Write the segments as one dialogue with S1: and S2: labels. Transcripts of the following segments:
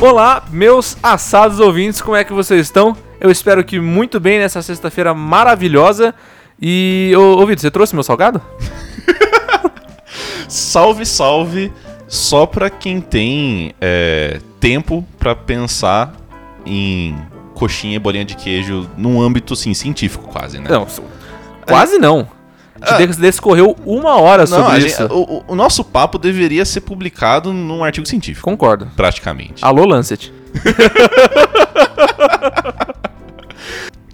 S1: Olá, meus assados ouvintes, como é que vocês estão? Eu espero que muito bem nessa sexta-feira maravilhosa. E, ô, ô Vitor, você trouxe meu salgado?
S2: Salve, salve! Só pra quem tem é, tempo pra pensar em coxinha e bolinha de queijo num âmbito, assim, científico quase, né?
S1: Não, Ah. so- quase não. A gente descorreu uma hora
S2: Não,
S1: é sobre
S2: a
S1: isso.
S2: gente- o, o- o nosso papo deveria ser publicado num artigo científico,
S1: Concordo.
S2: praticamente.
S1: Alô, Lancet.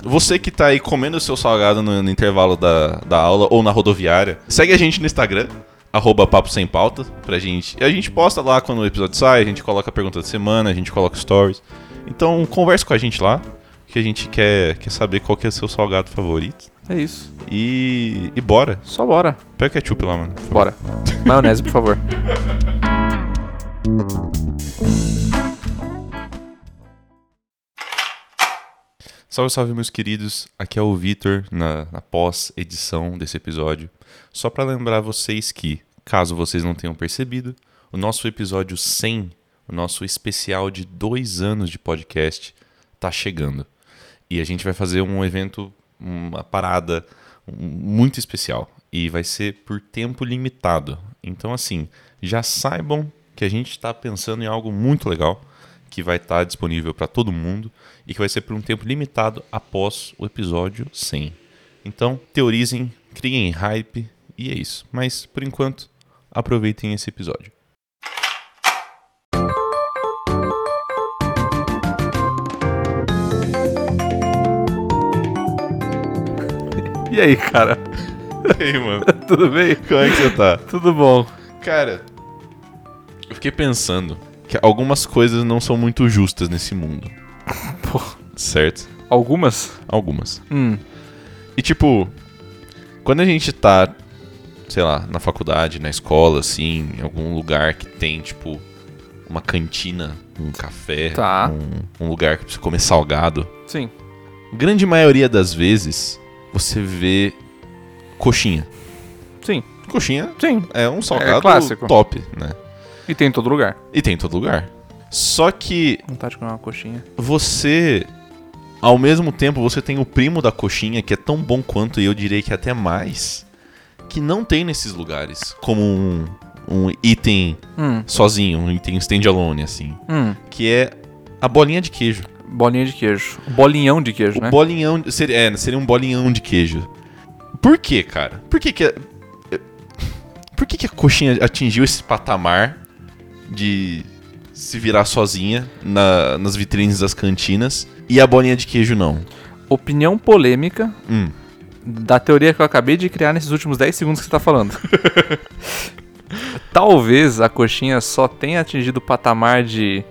S2: Você que tá aí comendo o seu salgado no, no intervalo da, da aula ou na rodoviária, segue a gente no Instagram, arroba papo sem pauta, pra gente. A gente posta lá quando o episódio sai, a gente coloca a pergunta da semana, a gente coloca stories. Então converse com a gente lá, que a gente quer, quer saber qual que é o seu salgado favorito.
S1: É isso.
S2: E, e bora.
S1: Só bora.
S2: Pega o ketchup lá, mano.
S1: Bora. Maionese, por favor.
S2: Salve, salve, meus queridos. Aqui é o Vitor na, na pós-edição desse episódio. Só pra lembrar vocês que, caso vocês não tenham percebido, o nosso episódio 100, o nosso especial de dois anos de podcast, tá chegando. E a gente vai fazer um evento, uma parada um- muito especial. E vai ser por tempo limitado. Então, assim, já saibam que a gente está pensando em algo muito legal, que vai estar disponível para todo mundo e que vai ser por um tempo limitado após o episódio 100. Então, teorizem, criem hype e é isso. Mas, por enquanto, aproveitem esse episódio.
S1: E aí, cara?
S2: E aí, mano?
S1: Tudo bem?
S2: Como é que você tá?
S1: Tudo bom.
S2: Cara, eu fiquei pensando que algumas coisas não são muito justas nesse mundo.
S1: Pô.
S2: Certo?
S1: Algumas?
S2: Algumas.
S1: Hum.
S2: E tipo, quando a gente tá, sei lá, na faculdade, na escola, assim, em algum lugar que tem, tipo, uma cantina, um café,
S1: Tá.
S2: um, um lugar que precisa comer salgado,
S1: Sim.
S2: grande maioria das vezes você vê coxinha.
S1: Sim.
S2: Coxinha
S1: Sim.
S2: é um salgado
S1: clássico.
S2: top, né?
S1: E tem em todo lugar.
S2: E tem em todo lugar. Só que
S1: Vontade de comer uma coxinha.
S2: você ao mesmo tempo você tem o primo da coxinha que é tão bom quanto e eu diria que até mais que não tem nesses lugares como um, um item
S1: Hum.
S2: sozinho um item standalone assim
S1: Hum.
S2: que é a bolinha de queijo
S1: Bolinha de queijo. Bolinhão de queijo, né?
S2: o bolinhão seria, é, seria um bolinhão de queijo por que cara por que que a, por que que a coxinha atingiu esse patamar de se virar sozinha na- nas vitrines das cantinas e a bolinha de queijo não
S1: Opinião polêmica
S2: Hum.
S1: da teoria que eu acabei de criar nesses últimos 10 segundos que você tá falando. Talvez a coxinha só tenha atingido o patamar de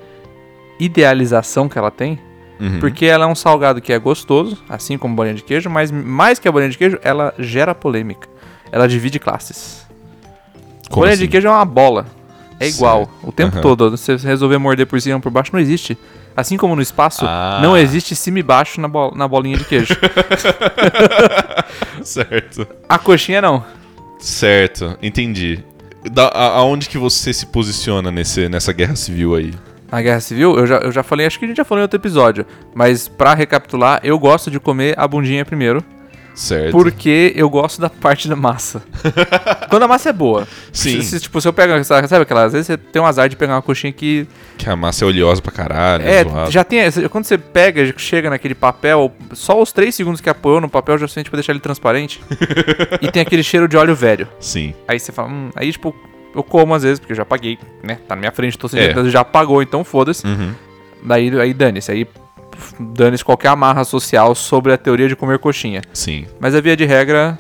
S1: idealização que ela tem,
S2: Uhum.
S1: porque ela é um salgado que é gostoso, assim como bolinha de queijo, mas mais que a bolinha de queijo, ela gera polêmica. Ela divide classes.
S2: Como
S1: bolinha de
S2: assim?
S1: queijo é uma bola. É igual. O tempo
S2: Aham.
S1: todo. Se você resolver morder por cima ou por baixo, não existe. Assim como no espaço,
S2: Ah.
S1: não existe cima e baixo na, bol- na bolinha de queijo.
S2: Certo.
S1: a coxinha não.
S2: Certo, entendi. Da- a- aonde que você se posiciona nesse, nessa guerra civil aí?
S1: Na Guerra Civil, eu já, eu já falei, acho que a gente já falou em outro episódio, mas pra recapitular, eu gosto de comer a bundinha primeiro,
S2: Certo.
S1: porque eu gosto da parte da massa. Quando a massa é boa.
S2: Sim.
S1: Se, se, tipo, se eu pego, sabe sabe aquela, às vezes você tem um azar de pegar uma coxinha que...
S2: Que a massa é oleosa pra caralho,
S1: É,
S2: zoado.
S1: já tem, quando você pega, chega naquele papel, só os três segundos que apoiou no papel já é o suficiente pra deixar ele transparente. e tem aquele cheiro de óleo velho.
S2: Sim.
S1: Aí você fala, hum, aí tipo, eu como às vezes, porque eu já paguei, né? Tá na minha frente, tô sem
S2: É.
S1: jeito, já pagou, então foda-se.
S2: Uhum.
S1: Daí aí dane-se, aí pf, dane-se qualquer amarra social sobre a teoria de comer coxinha.
S2: Sim.
S1: Mas a via de regra,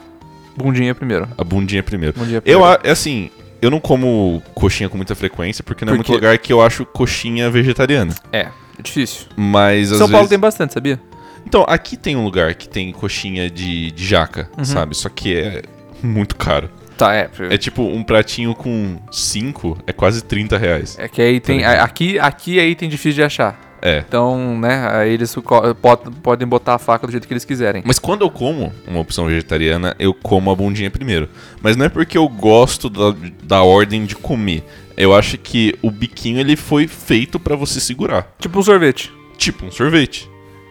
S1: bundinha primeiro.
S2: A bundinha primeiro.
S1: Bundinha primeiro.
S2: Eu, a- é assim, eu não como coxinha com muita frequência, porque não é
S1: Por
S2: muito
S1: quê?
S2: lugar que eu acho coxinha vegetariana.
S1: É, é difícil.
S2: Mas às
S1: São Paulo
S2: vezes...
S1: tem bastante, sabia?
S2: Então, aqui tem um lugar que tem coxinha de, de jaca,
S1: Uhum.
S2: sabe? Só que é muito caro.
S1: Tá, é.
S2: É tipo, um pratinho com 5 é quase 30 reais.
S1: É que aí tem. a- Aqui, aqui aí tem difícil de achar.
S2: É.
S1: Então, né, aí eles co- pot- podem botar a faca do jeito que eles quiserem.
S2: Mas quando eu como uma opção vegetariana, eu como a bundinha primeiro. Mas não é porque eu gosto da, da ordem de comer. Eu acho que o biquinho ele foi feito pra você segurar.
S1: Tipo um sorvete.
S2: Tipo um sorvete.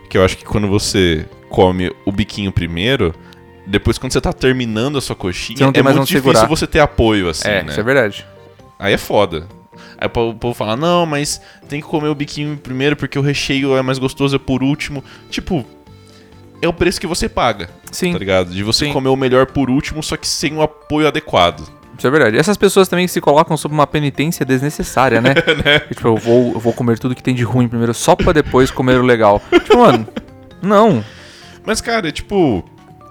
S2: Que eu acho que quando você come o biquinho primeiro, depois quando você tá terminando a sua coxinha,
S1: Você não tem
S2: é
S1: mais
S2: muito
S1: onde
S2: difícil
S1: segurar.
S2: você ter apoio assim,
S1: é,
S2: né?
S1: isso é verdade.
S2: Aí é foda. Aí o povo o povo fala, não, mas tem que comer o biquinho primeiro porque o recheio é mais gostoso, é por último. Tipo, é o preço que você paga,
S1: Sim,
S2: tá ligado? De você
S1: Sim.
S2: comer o melhor por último, só que sem o apoio adequado.
S1: isso é verdade. Essas pessoas também que se colocam sob uma penitência desnecessária, né? Tipo, eu vou, eu vou comer tudo que tem de ruim primeiro, só pra depois comer o legal. Tipo, mano, não.
S2: Mas, cara, é tipo,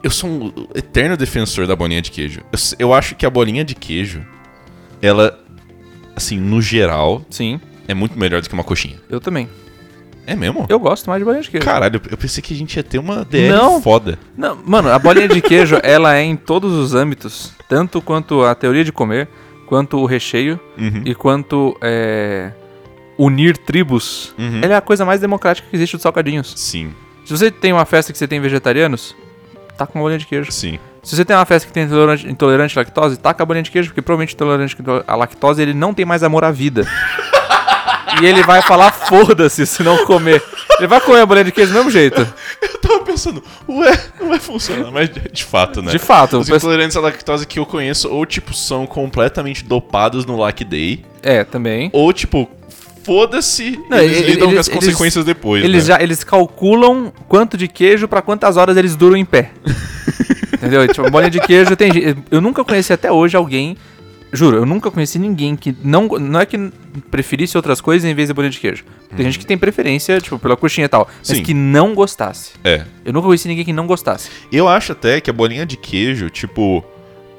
S2: eu sou um eterno defensor da bolinha de queijo. Eu, s- eu acho que a bolinha de queijo, ela, assim, no geral,
S1: Sim,
S2: é muito melhor do que uma coxinha.
S1: eu também.
S2: É mesmo?
S1: Eu gosto mais de bolinha de queijo.
S2: Caralho, eu pensei que a gente ia ter uma DR
S1: Não.
S2: foda.
S1: Não, mano, a bolinha de queijo, ela é em todos os âmbitos, tanto quanto a teoria de comer, quanto o recheio
S2: Uhum.
S1: e quanto é, unir tribos.
S2: Uhum.
S1: Ela é a coisa mais democrática que existe dos salgadinhos.
S2: Sim,
S1: Se você tem uma festa que você tem vegetarianos, taca uma bolinha de queijo.
S2: sim.
S1: Se você tem uma festa que tem intolerante, intolerante à lactose, taca a bolinha de queijo, porque provavelmente intolerante à lactose ele não tem mais amor à vida. e ele vai falar foda-se se não comer. Ele vai comer a bolinha de queijo do mesmo jeito.
S2: Eu tava pensando, ué, não vai funcionar, mas de- de fato, né?
S1: De fato.
S2: Os
S1: o pessoal-
S2: intolerantes à lactose que eu conheço, ou tipo, são completamente dopados no Lac Day,
S1: É, também.
S2: ou tipo, foda-se,
S1: Não,
S2: eles
S1: ele-
S2: lidam com
S1: eles-
S2: as
S1: eles-
S2: consequências depois.
S1: Eles
S2: né?
S1: já eles calculam quanto de queijo pra quantas horas eles duram em pé. Entendeu? Tipo, bolinha de queijo tem gente- eu nunca conheci até hoje alguém, juro, eu nunca conheci ninguém que não não é que preferisse outras coisas em vez de bolinha de queijo. Tem gente que tem preferência, tipo, pela coxinha e tal, mas
S2: Uhum. Sim.
S1: que não gostasse.
S2: É.
S1: Eu nunca conheci ninguém que não gostasse.
S2: Eu acho até que a bolinha de queijo, tipo,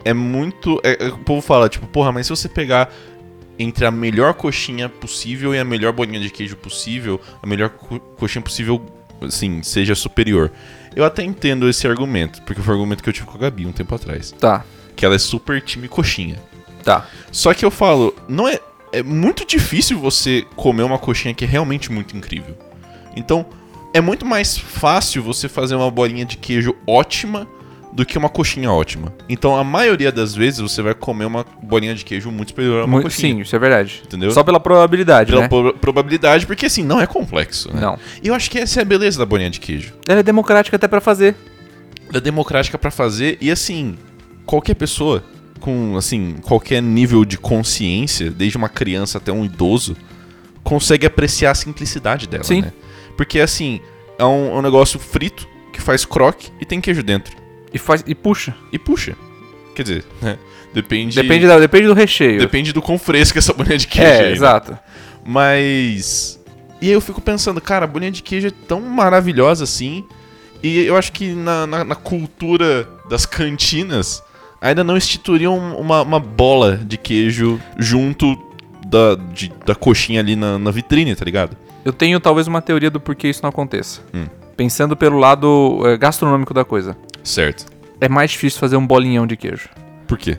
S2: é muito. é- é- o povo fala, tipo, porra, mas se você pegar entre a melhor coxinha possível e a melhor bolinha de queijo possível, a melhor co- coxinha possível, assim, seja superior. Eu até entendo esse argumento, porque foi o argumento que eu tive com a Gabi um tempo atrás.
S1: Tá.
S2: que ela é super time coxinha.
S1: Tá.
S2: Só que eu falo, não é é muito difícil você comer uma coxinha que é realmente muito incrível. Então, é muito mais fácil você fazer uma bolinha de queijo ótima do que uma coxinha ótima. Então, a maioria das vezes você vai comer uma bolinha de queijo muito superior a uma
S1: Mu-
S2: coxinha.
S1: sim, isso é verdade.
S2: Entendeu?
S1: Só pela probabilidade,
S2: Pela
S1: né?
S2: pro- probabilidade, porque assim, não é complexo, né?
S1: Não.
S2: E eu acho que essa é a beleza da bolinha de queijo.
S1: Ela é democrática até pra fazer.
S2: da democrática pra fazer e assim, qualquer pessoa com assim, qualquer nível de consciência, desde uma criança até um idoso, consegue apreciar a simplicidade dela,
S1: Sim.
S2: né? Porque assim, é um, é um negócio frito que faz croque e tem queijo dentro
S1: E faz e puxa.
S2: e puxa. Quer dizer, né? Depende
S1: Depende da, depende do recheio.
S2: depende do quão fresca essa bolinha de queijo
S1: é,
S2: aí, né?
S1: exato.
S2: Mas. E aí eu fico pensando, cara, a bolinha de queijo é tão maravilhosa assim. E eu acho que na, na- na cultura das cantinas ainda não instituiriam uma, uma bola de queijo junto da, de- da coxinha ali na, na vitrine, tá ligado?
S1: Eu tenho talvez uma teoria do porquê isso não aconteça.
S2: Hum.
S1: Pensando pelo lado eh, gastronômico da coisa.
S2: Certo.
S1: É mais difícil fazer um bolinhão de queijo.
S2: Por quê?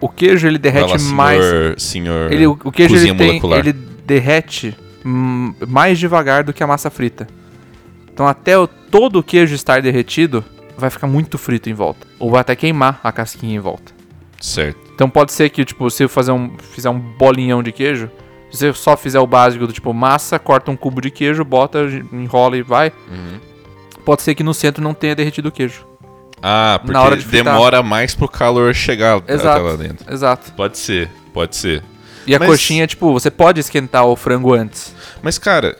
S1: O queijo ele
S2: Vai
S1: derrete
S2: lá, senhor,
S1: mais.
S2: senhor
S1: Ele, o o queijo
S2: cozinha
S1: ele, tem,
S2: molecular.
S1: ele derrete hum, mais devagar do que a massa frita. Então até o- todo o queijo estar derretido, vai ficar muito frito em volta. Ou vai até queimar a casquinha em volta.
S2: Certo.
S1: Então pode ser que, tipo, se eu fazer um, fizer um bolinhão de queijo, se você só fizer o básico do tipo massa, corta um cubo de queijo, bota, enrola e vai.
S2: Uhum.
S1: Pode ser que no centro não tenha derretido o queijo.
S2: Ah, porque
S1: Na hora de fritar.
S2: demora mais pro calor chegar até-
S1: Exato.
S2: até Tá, lá dentro.
S1: Exato.
S2: Pode ser, pode ser.
S1: E a
S2: Mas-
S1: coxinha, tipo, você pode esquentar o frango antes.
S2: Mas, cara,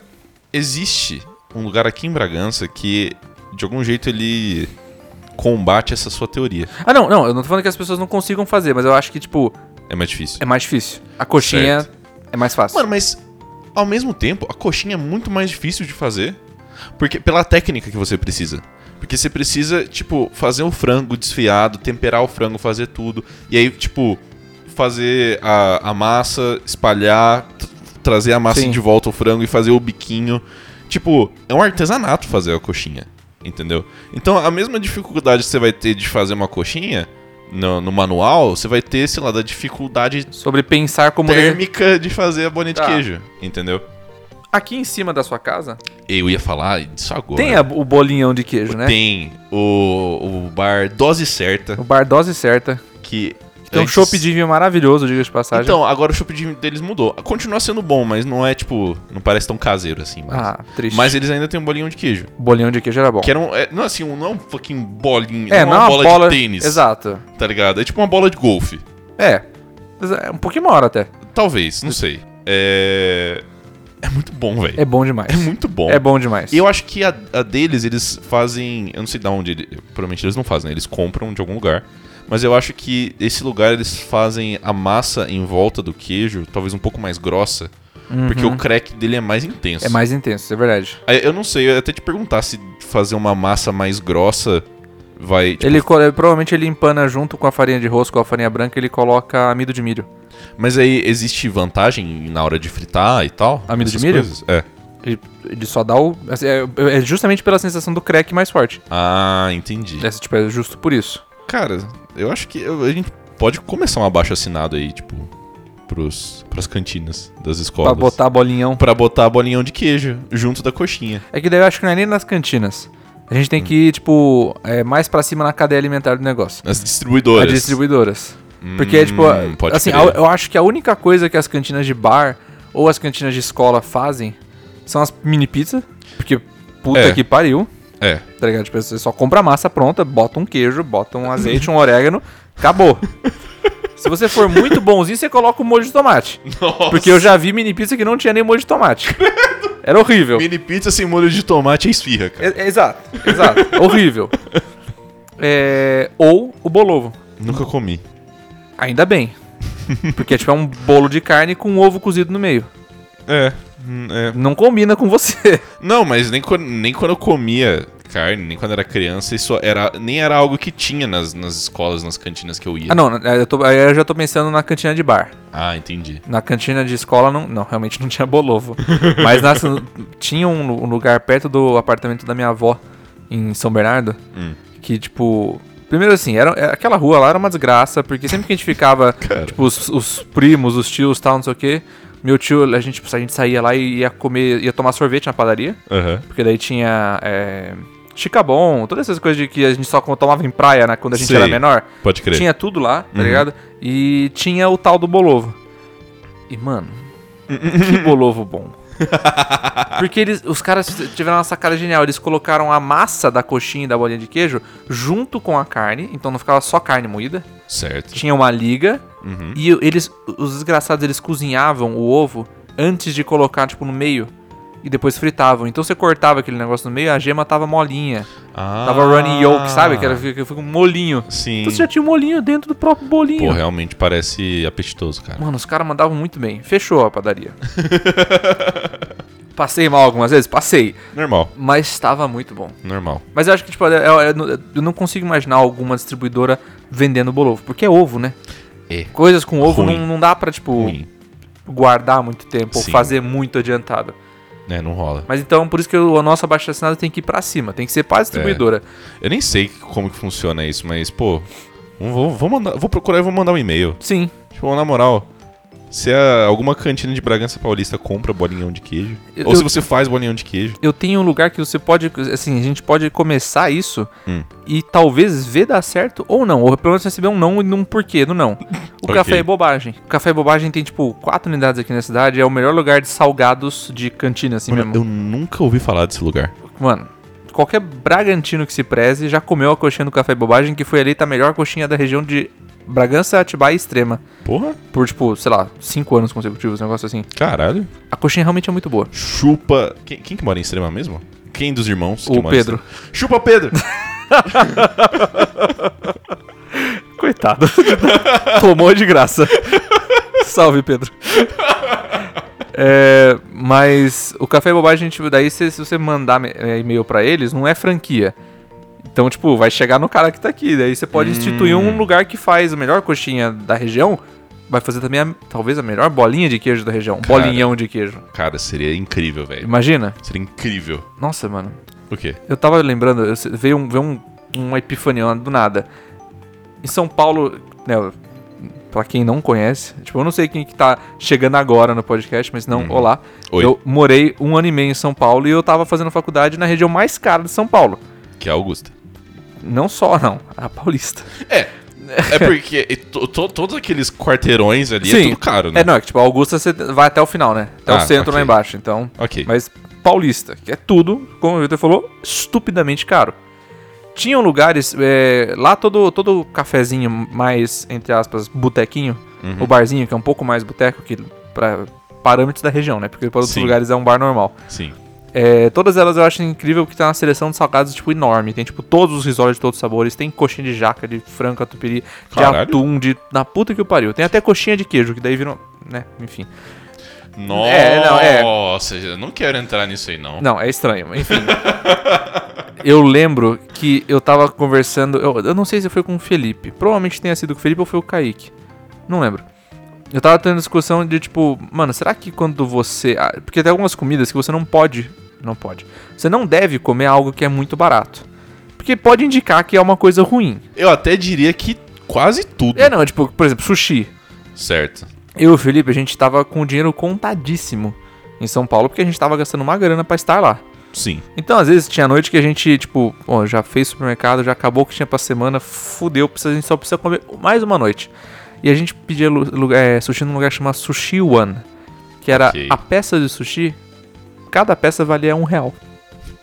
S2: existe um lugar aqui em Bragança que, de algum jeito, ele combate essa sua teoria.
S1: Ah, não, não, eu não tô falando que as pessoas não consigam fazer, mas eu acho que, tipo,
S2: É mais difícil.
S1: é mais difícil. A coxinha é mais fácil.
S2: Mano, mas, ao mesmo tempo, a coxinha é muito mais difícil de fazer porque pela técnica que você precisa. Porque você precisa, tipo, fazer o frango desfiado, temperar o frango, fazer tudo. E aí, tipo, fazer a, a massa, espalhar, t- trazer a massa
S1: Sim.
S2: de volta ao frango e fazer o biquinho. Tipo, é um artesanato fazer a coxinha, entendeu? Então, a mesma dificuldade que você vai ter de fazer uma coxinha no, no manual, você vai ter, sei lá, da dificuldade
S1: Sobre pensar como.
S2: térmica de fazer a bolinha de
S1: Tá.
S2: queijo, entendeu?
S1: Aqui em cima da sua casa
S2: Eu ia falar disso agora.
S1: tem a- o bolinhão de queijo, né?
S2: Tem o, o bar Dose Certa,
S1: O bar dose certa.
S2: que.
S1: Tem um
S2: antes-
S1: chopp de vinho maravilhoso, diga de passagem.
S2: Então, agora o chopp de- deles mudou. Continua sendo bom, mas não é tipo. Não parece tão caseiro assim. Mas,
S1: ah, triste.
S2: mas eles ainda têm um bolinho de queijo.
S1: O bolinhão de queijo era bom.
S2: Que era um. é- não, assim, um, não é um fucking bolinho.
S1: é,
S2: não
S1: não
S2: é
S1: a
S2: uma bola, de tênis.
S1: Exato.
S2: Tá ligado? É tipo uma bola de golfe.
S1: É. É um pouquinho maior até.
S2: Talvez, não sei. É. É muito bom, velho.
S1: É bom demais.
S2: É muito bom.
S1: É bom demais.
S2: Eu acho que a, a deles, eles fazem. Eu não sei de onde. Ele, provavelmente eles não fazem, né? eles compram de algum lugar. Mas eu acho que esse lugar eles fazem a massa em volta do queijo, talvez um pouco mais grossa. Porque o crack dele é mais intenso.
S1: Uhum. É mais intenso, é verdade.
S2: Aí, Eu não sei, eu ia até te perguntar se fazer uma massa mais grossa vai. tipo,
S1: ele colo- provavelmente ele empana junto com a farinha de rosco, com a farinha branca, ele coloca amido de milho.
S2: Mas aí existe vantagem na hora de fritar e tal?
S1: Amido de
S2: Essas
S1: milho?
S2: coisas? É.
S1: Ele, ele só dá o assim, é, é justamente pela sensação do crack mais forte.
S2: Ah, entendi.
S1: É, tipo, é justo por isso.
S2: Cara, eu acho que eu- a gente pode começar um abaixo assinado aí, tipo, pros, pras cantinas das escolas.
S1: Pra botar bolinhão.
S2: Pra botar bolinhão de queijo junto da coxinha.
S1: É que daí eu acho que não é nem nas cantinas. A gente
S2: Hum.
S1: tem que ir, tipo, é, mais pra cima na cadeia alimentar do negócio.
S2: As
S1: As
S2: distribuidoras.
S1: distribuidoras.
S2: Hum,
S1: Porque, tipo,
S2: pode
S1: assim, a-
S2: crer.
S1: eu acho que a única coisa que as cantinas de bar ou as cantinas de escola fazem são as mini pizzas. Porque puta
S2: É.
S1: que pariu,
S2: É.
S1: tá ligado? Tipo, você só compra a massa pronta, bota um queijo, bota um azeite, um orégano, acabou. Se você for muito bonzinho, você coloca o molho de tomate.
S2: Nossa,
S1: Porque eu já vi mini pizza que não tinha nem molho de tomate. Era horrível.
S2: mini pizza sem molho de tomate é esfirra, cara.
S1: É- é- exato, exato. horrível. É, ou o bolovo.
S2: Nunca comi.
S1: Ainda bem. Porque tipo, é um bolo de carne com um ovo cozido no meio.
S2: É. hum, é.
S1: Não combina com você.
S2: Não, mas nem quando, nem quando eu comia carne, nem quando era criança, isso era, nem era algo que tinha nas, nas escolas, nas cantinas que eu ia.
S1: Ah, não. Eu, tô- aí eu já tô pensando na cantina de bar.
S2: Ah, entendi.
S1: Na cantina de escola, não, não realmente não tinha bolovo. Mas nas- tinha um, lu- um lugar perto do apartamento da minha avó, em São Bernardo,
S2: Hum.
S1: que, tipo... Primeiro assim, era, era- aquela rua lá era uma desgraça, porque sempre que a gente ficava,
S2: Cara.
S1: tipo, os, os primos, os tios, tal, não sei o quê... Meu tio, a gente, tipo, a gente saía lá e ia comer, ia tomar sorvete na padaria.
S2: Aham.
S1: Porque daí tinha. É, chicabon, todas essas coisas de que a gente só tomava em praia né, quando a gente
S2: Sei.
S1: era menor.
S2: Pode crer.
S1: Tinha tudo lá, tá
S2: Uhum.
S1: ligado? E tinha o tal do bolovo. E, mano,
S2: Uhum.
S1: que bolovo bom. Porque eles, os caras tiveram uma sacada genial. Eles colocaram a massa da coxinha e da bolinha de queijo junto com a carne. Então não ficava só carne moída.
S2: Certo.
S1: Tinha uma liga.
S2: Uhum.
S1: E eles, os desgraçados, eles cozinhavam o ovo antes de colocar, tipo, no meio. E depois fritavam. Então você cortava aquele negócio no meio, a gema tava molinha.
S2: Ah.
S1: Tava running yolk, sabe? Que era fica fica um molinho.
S2: Sim.
S1: Então você já tinha um molinho dentro do próprio bolinho.
S2: Pô, realmente parece apetitoso, cara.
S1: Mano, os caras mandavam muito bem. Fechou a padaria. passei mal algumas vezes? Passei.
S2: Normal,
S1: Mas estava muito bom.
S2: normal.
S1: Mas eu acho que, tipo, eu, eu- eu não consigo imaginar alguma distribuidora vendendo bolovo. Porque é ovo, né?
S2: É.
S1: Coisas com ovo
S2: Ruim.
S1: não, não dá pra, tipo,
S2: Ruim.
S1: guardar muito tempo
S2: Sim.
S1: ou fazer muito adiantado.
S2: É, não rola.
S1: Mas então, por isso que o nosso abaixo assinado tem que ir pra cima, tem que ser pra distribuidora.
S2: Eu nem sei como que funciona isso, mas, pô, vou, vou, mandar- vou procurar e vou mandar um e-mail.
S1: Sim.
S2: Tipo, na moral, se a- alguma cantina de Bragança Paulista compra bolinhão de queijo,
S1: Eu-
S2: ou se
S1: eu-
S2: você faz bolinhão de queijo,
S1: Eu tenho um lugar que você pode. Assim, a gente pode começar isso
S2: Hum.
S1: e talvez ver dar certo ou não. Ou pelo menos receber um não e um porquê do não. O
S2: Ok.
S1: café é bobagem. O café é bobagem tem, tipo, quatro unidades aqui na cidade. É o melhor lugar de salgados de cantina, assim
S2: mano,
S1: mesmo.
S2: eu nunca ouvi falar desse lugar.
S1: Mano, qualquer Bragantino que se preze já comeu a coxinha do café é bobagem, que foi eleita a melhor coxinha da região de Bragança, Atibaia e Extrema.
S2: Porra,
S1: por, tipo, sei lá, cinco anos consecutivos, um negócio assim.
S2: caralho.
S1: A coxinha realmente é muito boa.
S2: Chupa. Quem, quem que mora em Extrema mesmo? Quem dos irmãos? que
S1: O
S2: mora em
S1: Pedro.
S2: Extrema? Chupa Pedro!
S1: Coitado. Tomou de graça. Salve, Pedro. É, mas o Café Bobagem, tipo, daí se, se você mandar me- é, e-mail pra eles, não é franquia. Então, tipo, vai chegar no cara que tá aqui. Daí você pode instituir um lugar que faz a melhor coxinha da região. Vai fazer também, a- talvez, a melhor bolinha de queijo da região.
S2: Cara.
S1: Bolinhão de queijo.
S2: Cara, seria incrível, velho.
S1: Imagina?
S2: Seria incrível.
S1: Nossa, mano.
S2: O quê?
S1: Eu tava lembrando, eu se- veio, um, veio um, uma epifania do nada. Em São Paulo, né, eu- Pra quem não conhece, tipo, eu não sei quem que tá chegando agora no podcast, mas não, olá.
S2: Uhum. Oi.
S1: Eu morei um ano e meio em São Paulo e eu tava fazendo faculdade na região mais cara de São Paulo.
S2: Que é a Augusta.
S1: Não só, não, a Paulista.
S2: É. É porque e to- to- todos aqueles quarteirões ali é
S1: Sim.
S2: tudo caro, né?
S1: É, não, é que tipo, a Augusta você vai até o final, né? Até
S2: Ah,
S1: o centro
S2: ok.
S1: lá embaixo, então.
S2: Ok.
S1: Mas Paulista, que é tudo, como o Vitor falou, estupidamente caro. Tinham lugares, é, lá todo, todo cafezinho mais, entre aspas, botequinho,
S2: Uhum.
S1: o barzinho, que é um pouco mais boteco, que para parâmetros da região, né? Porque para outros
S2: Sim.
S1: lugares é um bar normal.
S2: Sim.
S1: É, todas elas eu acho incrível que tem uma seleção de salgados, tipo, enorme. Tem, tipo, todos os risoles de todos os sabores. Tem coxinha de jaca, de frango, catupiry, de
S2: Caralho.
S1: atum, de... Na puta que o pariu. Tem até coxinha de queijo, que daí virou... Né, enfim.
S2: Nossa,
S1: É, não, é.
S2: eu não quero entrar nisso aí, não.
S1: Não, é estranho, mas enfim. eu lembro que eu tava conversando. Eu, eu não sei se foi com o Felipe. Provavelmente tenha sido com o Felipe ou foi o Kaique. Não lembro. Eu tava tendo discussão de tipo, mano, será que quando você. ah, Porque tem algumas comidas que você não pode. Não pode. Você não deve comer algo que é muito barato. Porque pode indicar que é uma coisa ruim.
S2: Eu até diria que quase tudo.
S1: É, não, é tipo, por exemplo, sushi.
S2: Certo.
S1: Eu e o Felipe, a gente tava com o dinheiro contadíssimo em São Paulo, porque a gente tava gastando uma grana pra estar lá.
S2: Sim.
S1: Então, às vezes, tinha noite que a gente, tipo, ó, já fez supermercado, já acabou o que tinha pra semana, fudeu, precisa- a gente só precisa comer mais uma noite. E a gente pedia lu- lugar- eh, sushi num lugar chamado Sushi One, que era
S2: Ok.
S1: a peça de sushi, cada peça valia um real.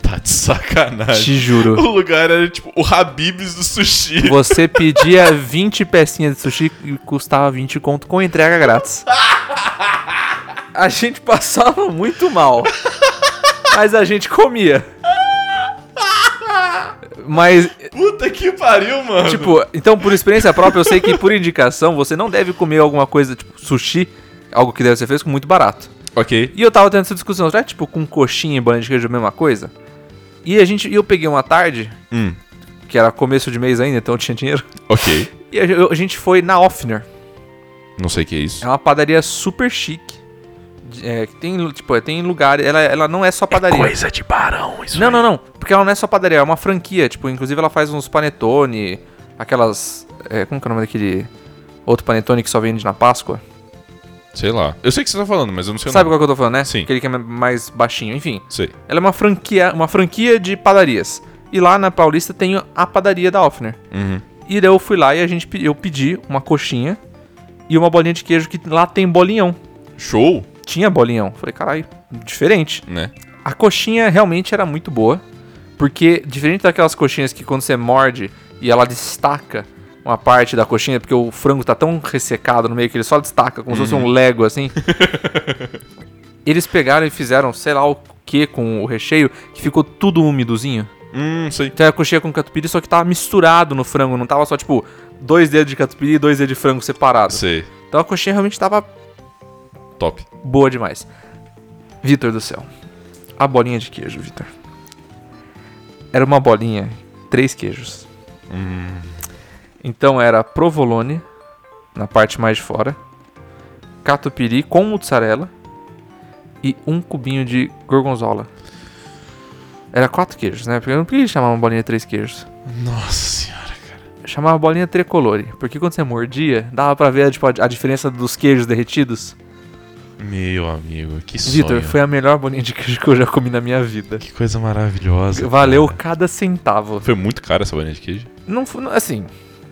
S2: Tá de sacanagem.
S1: Te juro.
S2: O lugar era tipo o Habibs do sushi.
S1: Você pedia 20 pecinhas de sushi e custava 20 conto com entrega grátis. A gente passava muito mal. Mas a gente comia. Mas
S2: Puta que pariu, mano.
S1: Tipo, então por experiência própria, eu sei que por indicação você não deve comer alguma coisa, tipo sushi, algo que deve ser feito com muito barato.
S2: ok.
S1: E eu tava tendo essa discussão, será que tipo com coxinha e banha de queijo é a mesma coisa? E a gente, e eu peguei uma tarde,
S2: Hum,
S1: que era começo de mês ainda, então eu tinha dinheiro.
S2: ok.
S1: E a, eu- a gente foi na Offner.
S2: Não sei o que é isso.
S1: É uma padaria super chique. de- É, que tem, tipo, é, tem lugar, ela, ela não é só padaria.
S2: de barão, isso.
S1: Não, não, não. Porque ela não é só padaria, é uma franquia. Tipo, inclusive ela faz uns panetone, aquelas. é, como que é o nome daquele. Outro panetone que só vende na Páscoa?
S2: Sei lá. Eu sei o que você tá falando, mas eu não sei
S1: Sabe
S2: o nome.
S1: qual que eu tô falando, né?
S2: Sim.
S1: Aquele que é mais baixinho. Enfim,
S2: Sei.
S1: ela é uma franquia, uma franquia de padarias. E lá na Paulista tem a padaria da Offner.
S2: Uhum.
S1: E daí eu fui lá e a gente, pe- eu pedi uma coxinha e uma bolinha de queijo que lá tem bolinhão.
S2: Show,
S1: Tinha bolinhão. Falei, caralho, diferente.
S2: né?
S1: A coxinha realmente era muito boa, porque diferente daquelas coxinhas que quando você morde e ela destaca uma parte da coxinha, porque o frango tá tão ressecado no meio que ele só destaca, como se fosse um lego assim. Eles pegaram e fizeram, sei lá o que com o recheio, que ficou tudo úmidozinho.
S2: Hum, sei.
S1: Então era coxinha com catupiry, só que tava misturado no frango, não tava só tipo dois dedos de catupiry e dois dedos de frango separados.
S2: Sei.
S1: Então a coxinha realmente tava
S2: Top.
S1: boa demais. Vitor do céu. A bolinha de queijo, Vitor. Era uma bolinha, três queijos.
S2: Hum.
S1: Então era provolone, na parte mais de fora, catupiry com mussarela e um cubinho de gorgonzola. Era quatro queijos, né? Porque eu não queria chamar uma bolinha três queijos.
S2: Nossa senhora, cara.
S1: Chamava bolinha tricolore, porque quando você mordia, dava pra ver tipo, a a diferença dos queijos derretidos.
S2: Meu amigo, que
S1: Vitor,
S2: sonho.
S1: foi a melhor bolinha de queijo que eu já comi na minha vida.
S2: Que coisa maravilhosa.
S1: Valeu
S2: cara.
S1: cada centavo.
S2: Foi muito caro essa bolinha de queijo.
S1: Não, fu- não- assim,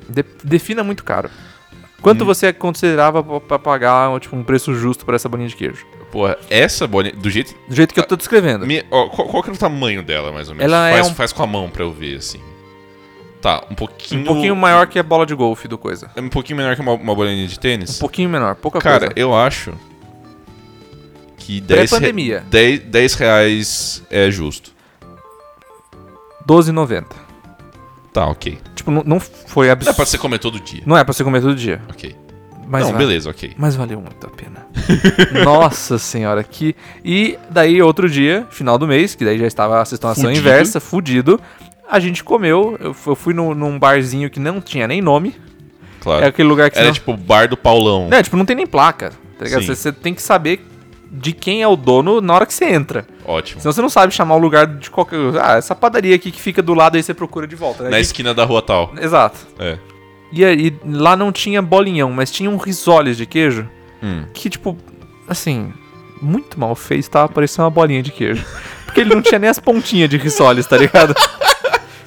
S1: de- defina muito caro.
S2: Hum.
S1: Quanto você considerava pra- pra pagar tipo, um preço justo por essa bolinha de queijo?
S2: Porra, essa bolinha. Do jeito.
S1: Do jeito que eu tô descrevendo. Um
S2: Me- ó, qual, qual que era o tamanho dela, mais ou menos?
S1: Ela é
S2: faz,
S1: um-
S2: faz com a mão pra eu ver, assim. Tá, um pouquinho.
S1: Um pouquinho maior que a bola de golfe do coisa.
S2: É um pouquinho menor que uma, uma bolinha de
S1: Um
S2: tênis?
S1: pouquinho menor, pouca
S2: Cara,
S1: coisa.
S2: eu acho que 10,
S1: Pré-pandemia.
S2: 10, 10 reais é justo.
S1: R$12,90.
S2: Tá, ok.
S1: Tipo, não, não foi
S2: Não é
S1: absurdo.
S2: pra você comer todo dia.
S1: Não é pra você comer todo dia.
S2: Ok.
S1: Mas
S2: não,
S1: vai.
S2: beleza, ok.
S1: Mas valeu muito a pena. Nossa senhora, que. E daí, outro dia, final do mês, que daí já estava a situação
S2: Fudido.
S1: inversa, fudido. A gente comeu, eu fu- eu fui num, num barzinho que não tinha nem nome.
S2: Claro.
S1: É aquele lugar que você
S2: Era
S1: não...
S2: tipo bar do Paulão.
S1: Não, tipo, não tem nem placa. Tá ligado?
S2: Sim.
S1: Você, você tem que saber de quem é o dono na hora que você entra.
S2: Ótimo.
S1: Senão você não sabe chamar o lugar de qualquer. Ah, essa padaria aqui que fica do lado aí você procura de volta, né?
S2: Na
S1: De-
S2: esquina da rua tal.
S1: Exato.
S2: É.
S1: E, aí lá não tinha bolinhão, mas tinha um risoles de queijo
S2: Hum.
S1: que, tipo, assim, muito mal feito, tava parecendo uma bolinha de queijo. Porque ele não tinha nem as pontinhas de risoles, tá ligado?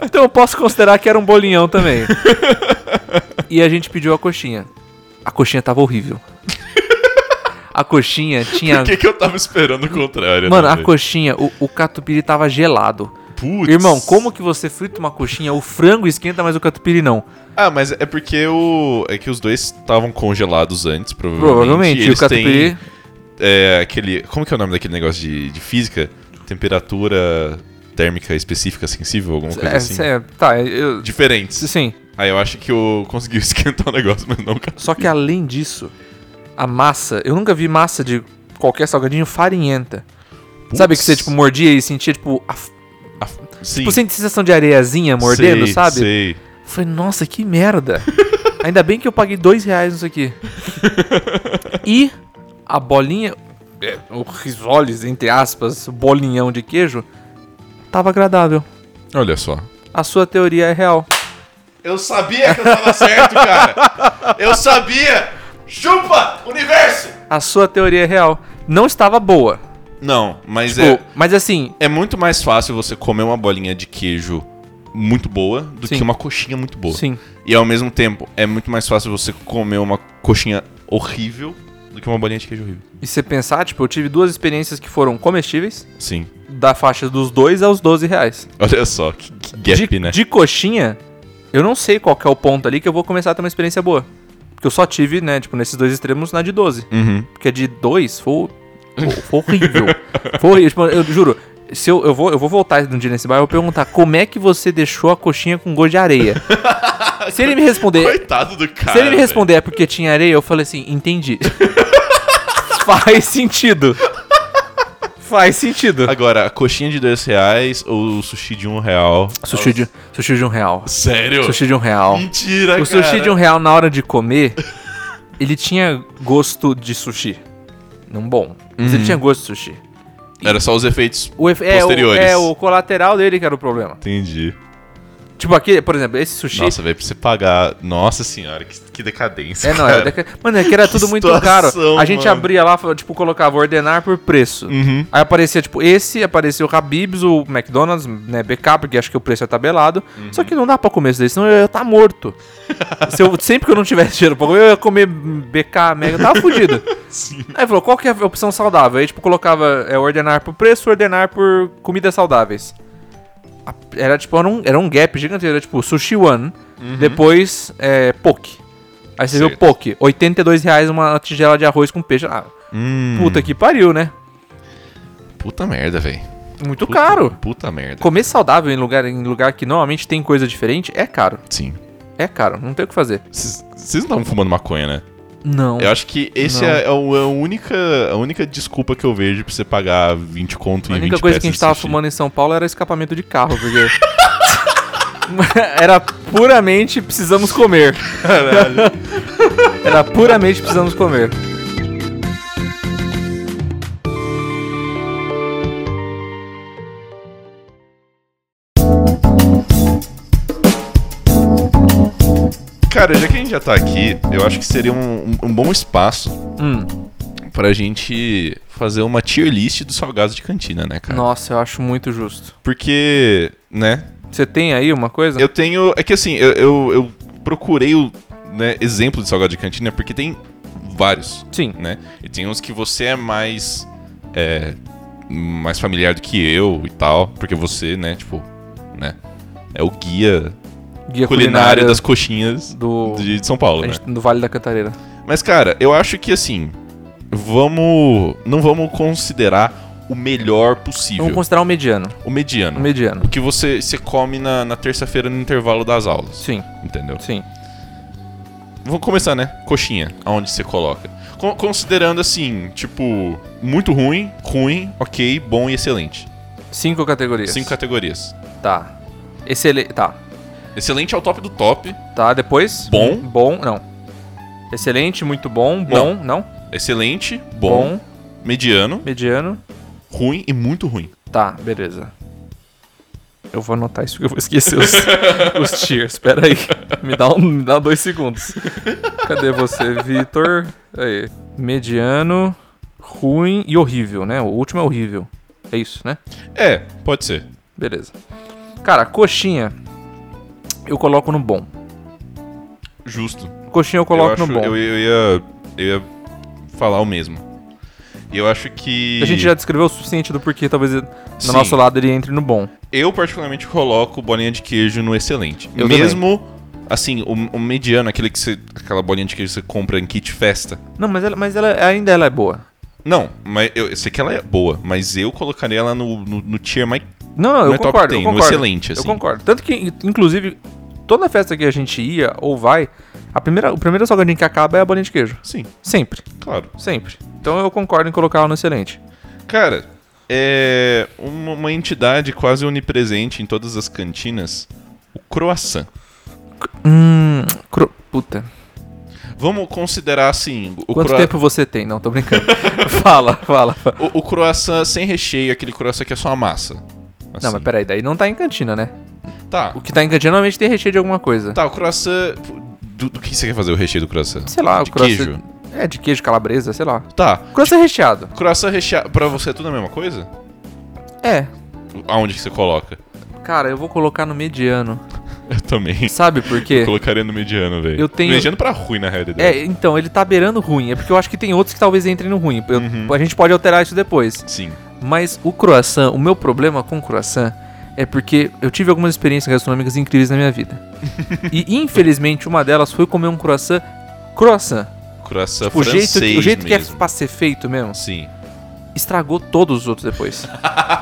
S1: Então eu posso considerar que era um bolinhão também. E a gente pediu a coxinha. A coxinha tava horrível. A coxinha tinha.
S2: Por que, que eu tava esperando o contrário?
S1: Mano,
S2: né,
S1: a
S2: velho?
S1: coxinha, o, o catupiry tava gelado.
S2: Putz.
S1: Irmão, como que você frita uma coxinha? O frango esquenta, mas o catupiry não.
S2: Ah, mas é porque o. É que os dois estavam congelados antes,
S1: Provavelmente.
S2: provavelmente. E
S1: E o
S2: eles
S1: catupiry.
S2: têm é, aquele. Como que é o nome daquele negócio de, de física? Temperatura térmica específica, sensível, alguma coisa
S1: É,
S2: assim.
S1: cê- tá, eu.
S2: Diferentes.
S1: Sim.
S2: Aí eu acho que eu consegui esquentar o negócio, mas não, cara.
S1: Só que além disso, a massa. Eu nunca vi massa de qualquer salgadinho farinhenta. Sabe que você, tipo, mordia e sentia, tipo, a,
S2: Ah, Sim.
S1: tipo sente sensação de areiazinha mordendo,
S2: Sei,
S1: sabe?
S2: Sei.
S1: Eu Falei, nossa, que merda. Ainda bem que eu paguei dois reais nisso aqui. e a bolinha, é, o risoles, entre aspas, bolinhão de queijo, tava agradável.
S2: Olha só.
S1: A sua teoria é real.
S2: Eu sabia que eu tava certo, cara. Eu sabia. Chupa, universo.
S1: A sua teoria é real. Não estava boa.
S2: Não, mas
S1: Tipo,
S2: é...
S1: Mas assim,
S2: É muito mais fácil você comer uma bolinha de queijo muito boa do
S1: Sim.
S2: que uma coxinha muito boa.
S1: sim.
S2: E ao mesmo tempo, é muito mais fácil você comer uma coxinha horrível do que uma bolinha de queijo horrível.
S1: E você pensar, tipo, eu tive duas experiências que foram comestíveis,
S2: Sim.
S1: da faixa dos 2 aos 12 reais.
S2: Olha só, que, que gap,
S1: de,
S2: né?
S1: de coxinha, eu não sei qual que é o ponto ali que eu vou começar a ter uma experiência boa. Porque eu só tive, né, tipo, nesses dois extremos na de 12.
S2: Uhum.
S1: Porque a de 2 foi, foi, foi horrível. foi horrível. Tipo, eu juro, se eu, eu, vou, eu vou voltar um dia nesse bar e vou perguntar como é que você deixou a coxinha com gosto de areia. se ele me responder,
S2: Coitado do cara.
S1: se ele me
S2: Tá, velho.
S1: responder é porque tinha areia, eu falei assim, entendi. Faz sentido. Faz sentido.
S2: Agora, a coxinha de dois reais ou o sushi de um real?
S1: Sushi de, sushi de um real.
S2: Sério?
S1: Sushi de um real.
S2: Mentira,
S1: O sushi de um real na hora de comer, ele tinha gosto de sushi. Não bom. Mas ele tinha gosto de sushi.
S2: Era só os efeitos.
S1: O efe- é, o,
S2: Posteriores.
S1: é o colateral dele que era o problema.
S2: Entendi.
S1: Tipo, aqui, por exemplo, esse sushi.
S2: Nossa, velho, pra você pagar. Nossa senhora, que, que decadência.
S1: É, não, é,
S2: cara.
S1: que- mano, é que era tudo muito caro.
S2: situação,
S1: A gente
S2: mano.
S1: abria lá, falava, tipo, colocava ordenar por preço.
S2: Uhum.
S1: Aí aparecia, tipo, esse, apareceu o Habib's, o McDonald's, né, BK, porque acho que o preço é tabelado.
S2: Uhum.
S1: Só que não dá pra comer isso daí, senão eu ia estar morto. Se eu- sempre que eu não tivesse dinheiro pra comer, eu ia comer BK, Mega, eu tava fudido. Aí falou, qual que é a opção saudável? Aí, tipo, colocava é, ordenar por preço, ordenar por comidas saudáveis. A- Era, tipo, era um, era um gap gigante, era, tipo, Sushi One, depois é, Poke. Aí você viu
S2: Uhum. Certo.
S1: Poke, R$ 82 reais uma tigela de arroz com peixe. Ah,
S2: Hum,
S1: puta que pariu, né?
S2: puta merda, velho.
S1: Muito caro.
S2: Puta merda.
S1: Comer saudável em lugar, em lugar que normalmente tem coisa diferente é caro.
S2: Sim.
S1: É caro, não tem o que fazer.
S2: Vocês vocês não estavam fumando maconha, né?
S1: Não.
S2: Eu acho que esse
S1: Não.
S2: é, é o- é a, única, a única desculpa que eu vejo pra você pagar 20 conto
S1: a
S2: em 20
S1: única coisa que a
S2: peças
S1: gente tava
S2: de sushi.
S1: fumando em São Paulo era escapamento de carro, porque. era puramente precisamos comer. era puramente precisamos comer.
S2: Cara, já que a gente já tá aqui, eu acho que seria um, um- um bom espaço
S1: Hum,
S2: pra gente fazer uma tier list dos salgados de cantina, né, cara?
S1: nossa, eu acho muito justo.
S2: Porque, né,
S1: Você tem aí uma coisa?
S2: Eu tenho. É que assim, eu, eu, eu procurei o né, exemplo de salgado de cantina porque tem vários,
S1: Sim.
S2: né? E tem uns que você é mais. É, mais familiar do que eu e tal. Porque você, né, tipo, né? É o guia
S1: Guia
S2: culinário das coxinhas
S1: do.
S2: de, de São Paulo,
S1: a
S2: né?
S1: gente- do Vale da Cantareira.
S2: Mas, cara, eu acho que assim. Vamos. Não vamos considerar o melhor possível.
S1: Vamos considerar o mediano.
S2: O mediano.
S1: O mediano.
S2: O que você, você come na, na terça-feira no intervalo das aulas.
S1: Sim,
S2: Entendeu?
S1: sim.
S2: Vamos começar, né? Coxinha, aonde você coloca. Con- considerando assim, tipo, muito ruim, ruim, ok, bom e excelente.
S1: Cinco categorias.
S2: Cinco categorias.
S1: Tá. Excelente. Tá.
S2: Excelente é o top do top.
S1: Tá, depois?
S2: Bom.
S1: Bom, não. Excelente, muito bom, bom,
S2: Bom.
S1: não.
S2: Excelente, bom, mediano,
S1: mediano.
S2: ruim e muito ruim.
S1: Tá, beleza. Eu vou anotar isso que eu vou esquecer os, os tiers, peraí. Me dá, um, me dá dois segundos. Cadê você, Vitor? Aí. Mediano, ruim e horrível, né? O último é horrível. É isso, né?
S2: É, pode ser.
S1: Beleza. Cara, coxinha eu coloco no bom.
S2: Justo.
S1: Coxinha eu coloco
S2: eu acho,
S1: no bom.
S2: Eu, eu ia, eu ia falar o mesmo. E Eu acho que.
S1: A gente já descreveu o suficiente do porquê talvez no
S2: Sim.
S1: nosso lado ele entre no bom.
S2: Eu, particularmente, coloco bolinha de queijo no excelente.
S1: Eu
S2: Mesmo, assim, o, o mediano, aquele que você, aquela bolinha de queijo que você compra em kit festa.
S1: Não, mas, ela, mas ela, ainda ela é boa.
S2: Não, mas eu, eu sei que ela é boa, mas eu colocaria ela no, no, no tier mais.
S1: Não, não,
S2: Não
S1: eu
S2: é top
S1: concordo, eu
S2: 10, no
S1: concordo.
S2: excelente,
S1: Eu
S2: assim.
S1: concordo. Tanto que, in- inclusive, toda festa que a gente ia ou vai, a primeira, o primeiro salgadinho que acaba é a bolinha de queijo.
S2: Sim,
S1: Sempre,
S2: claro.
S1: sempre. Então eu concordo em colocar ela no excelente.
S2: Cara, é uma, uma entidade quase onipresente em todas as cantinas. O croissant.
S1: Hum, cro- puta.
S2: Vamos considerar assim. O,
S1: Quanto
S2: croi-
S1: tempo você tem? Não, tô brincando. fala, fala. fala.
S2: o, o croissant sem recheio, aquele croissant que é só uma massa.
S1: Não,
S2: Assim.
S1: mas peraí, daí não tá em cantina, né?
S2: Tá,
S1: O que tá em cantina normalmente tem recheio de alguma coisa.
S2: Tá, o croissant. Do, do que você quer fazer o recheio do croissant?
S1: Sei lá,
S2: De
S1: o croissant.
S2: queijo.
S1: É, de queijo calabresa, sei lá.
S2: Tá.
S1: Croissant recheado.
S2: Croissant recheado. Pra você é tudo a mesma coisa?
S1: É.
S2: Aonde que você coloca?
S1: Cara, eu vou colocar no mediano.
S2: Eu também.
S1: Sabe por quê?
S2: Colocaria no mediano, velho.
S1: Eu tenho-
S2: Mediano pra ruim, na realidade.
S1: É, então, ele tá beirando ruim. É porque eu acho que tem outros que talvez entrem no ruim. Eu-
S2: Uhum.
S1: A gente pode alterar isso depois.
S2: Sim.
S1: Mas o croissant, o meu problema com o croissant é porque eu tive algumas experiências gastronômicas incríveis na minha vida. e infelizmente uma delas foi comer um croissant croissant.
S2: Croissant
S1: tipo, O
S2: francês
S1: jeito, que- o jeito que é
S2: mesmo.
S1: pra ser feito mesmo.
S2: Sim.
S1: estragou todos os outros depois.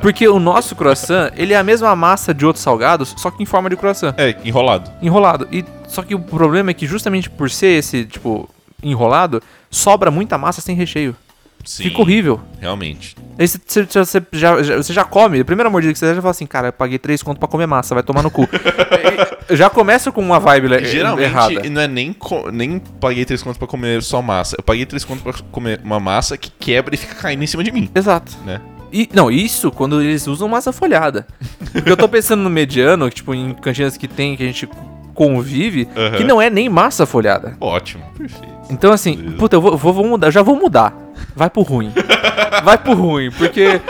S1: Porque o nosso croissant, ele é a mesma massa de outros salgados, só que em forma de croissant,
S2: É, enrolado.
S1: enrolado. E só que o problema é que justamente por ser esse, tipo, enrolado, sobra muita massa sem recheio.
S2: Sim.
S1: Fica horrível.
S2: Realmente.
S1: Aí você, você- você- você já, já- você já come, a primeira mordida que você dá, já fala assim, cara, eu paguei três conto pra comer massa, vai tomar no cu. E- já começa com uma vibe le-
S2: Geralmente,
S1: errada.
S2: não é nem, co- nem paguei três contos pra comer só massa. Eu paguei três contos pra comer uma massa que quebra e fica caindo em cima de mim,
S1: Exato.
S2: né?
S1: E, não, isso quando eles usam massa folhada. Porque eu tô pensando no mediano, que, tipo, em cantinas que tem, que a gente convive,
S2: Aham.
S1: que não é nem massa folhada.
S2: Ótimo. Perfeito.
S1: Então, assim, puta, eu vou, vou- vou mudar, já vou mudar. Vai pro ruim. Vai pro ruim, porque.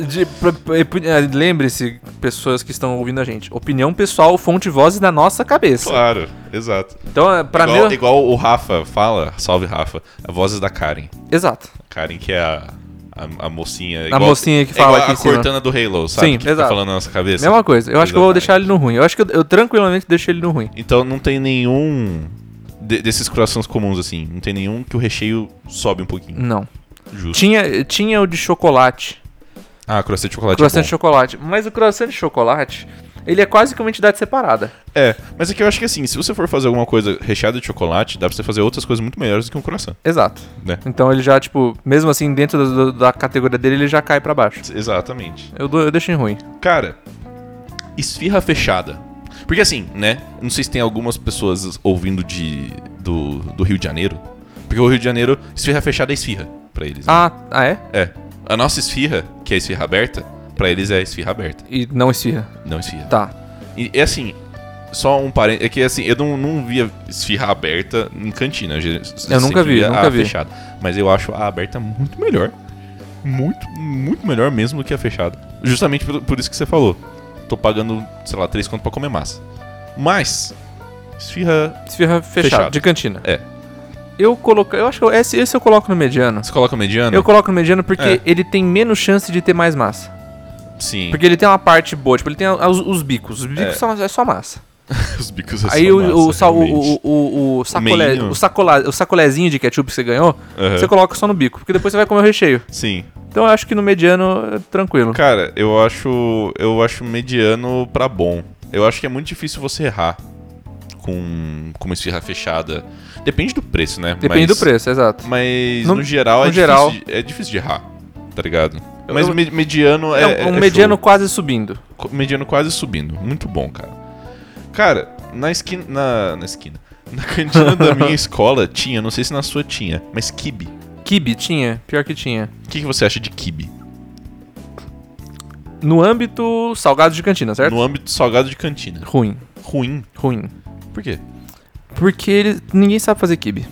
S1: de- pra- pra- eh, Lembre-se, pessoas que estão ouvindo a gente, opinião pessoal, fonte e vozes da nossa cabeça.
S2: Claro, exato.
S1: Então, eh, pra
S2: igual,
S1: mim.
S2: igual o Rafa fala, salve Rafa, a vozes da Karen.
S1: Exato.
S2: Karen que é a, a, a mocinha. A
S1: mocinha que fala
S2: é igual
S1: aqui em
S2: a
S1: cima.
S2: Cortana do Halo, sabe?
S1: Sim,
S2: que fica
S1: exato.
S2: falando na nossa cabeça.
S1: Mesma coisa. Eu acho que eu vou
S2: Exatamente.
S1: deixar ele no ruim. Eu acho que eu, eu tranquilamente deixo ele no ruim.
S2: Então não tem nenhum de- desses croissants comuns assim. Não tem nenhum que o recheio sobe um pouquinho.
S1: Não.
S2: Justo.
S1: Tinha, tinha o de chocolate.
S2: Ah, croissant de chocolate.
S1: croissant
S2: é,
S1: de chocolate. Mas o croissant de chocolate, ele é quase que uma entidade separada.
S2: bom. é, mas é que eu acho que assim, se você for fazer alguma coisa recheada de chocolate, dá pra você fazer outras coisas muito melhores do que um croissant,
S1: Exato.
S2: né?
S1: Então ele já, tipo, mesmo assim, dentro do- da categoria dele, ele já cai pra baixo.
S2: Exatamente.
S1: Eu, dou- eu deixo em ruim.
S2: Cara, esfirra fechada. Porque assim, né? Não sei se tem algumas pessoas ouvindo de do, do Rio de Janeiro. Porque o Rio de Janeiro, esfirra fechada é esfirra pra eles. né?
S1: Ah, ah é?
S2: É. A nossa esfirra, que é esfirra aberta, pra eles é esfirra aberta,
S1: E não esfirra.
S2: não esfirra.
S1: Tá.
S2: E é assim, só um parênteses. É que assim, eu não, não via esfirra aberta em cantina. Eu, ge- sempre
S1: nunca vi,
S2: via
S1: nunca
S2: a
S1: vi.
S2: fechada. Mas eu acho a aberta muito melhor. Muito, muito melhor mesmo do que a fechada. Justamente por, por isso que você falou. Tô pagando, sei lá, 3 conto pra comer massa. Mas, esfirra.
S1: Esfirra fechado,
S2: Fechado.
S1: de cantina.
S2: É.
S1: Eu coloco. Eu acho que eu- esse, esse eu coloco no mediano.
S2: Você coloca mediano?
S1: Eu coloco no mediano porque
S2: É.
S1: ele tem menos chance de ter mais massa.
S2: Sim.
S1: Porque ele tem uma parte boa, tipo, ele tem a- os, os bicos. Os bicos
S2: É.
S1: são, é só massa.
S2: Os bicos são
S1: Aí o, o,
S2: massa,
S1: sal- o-
S2: realmente.
S1: o, o, o, sacolé-
S2: meinho.
S1: o sacolá- o sacolézinho de ketchup que você ganhou,
S2: Aham.
S1: você coloca só no bico, porque depois você vai comer o recheio.
S2: Sim.
S1: Então eu acho que no mediano, é tranquilo.
S2: Cara, eu acho. Eu acho mediano pra bom. Eu acho que é muito difícil você errar com, com uma esfirra fechada. Depende do preço, né?
S1: Depende do
S2: Mas-
S1: preço, exato.
S2: Mas
S1: No-
S2: no, geral, é,
S1: no geral-
S2: Difícil, de- é difícil de errar, tá ligado? Mas
S1: Eu-
S2: o me- mediano é.
S1: É,
S2: é-
S1: um
S2: é
S1: mediano
S2: show.
S1: quase subindo.
S2: Co- Mediano quase subindo. Muito bom, cara. Cara, na esquina. Na, na esquina. Na cantina da minha escola tinha, não sei se na sua tinha, mas kibe.
S1: Kibe tinha, pior que tinha.
S2: O que, que você acha de kibe?
S1: No âmbito salgado de cantina, certo?
S2: No âmbito salgado de cantina.
S1: Ruim,
S2: Ruim.
S1: ruim.
S2: Por quê?
S1: Porque ele, ninguém sabe fazer kibe.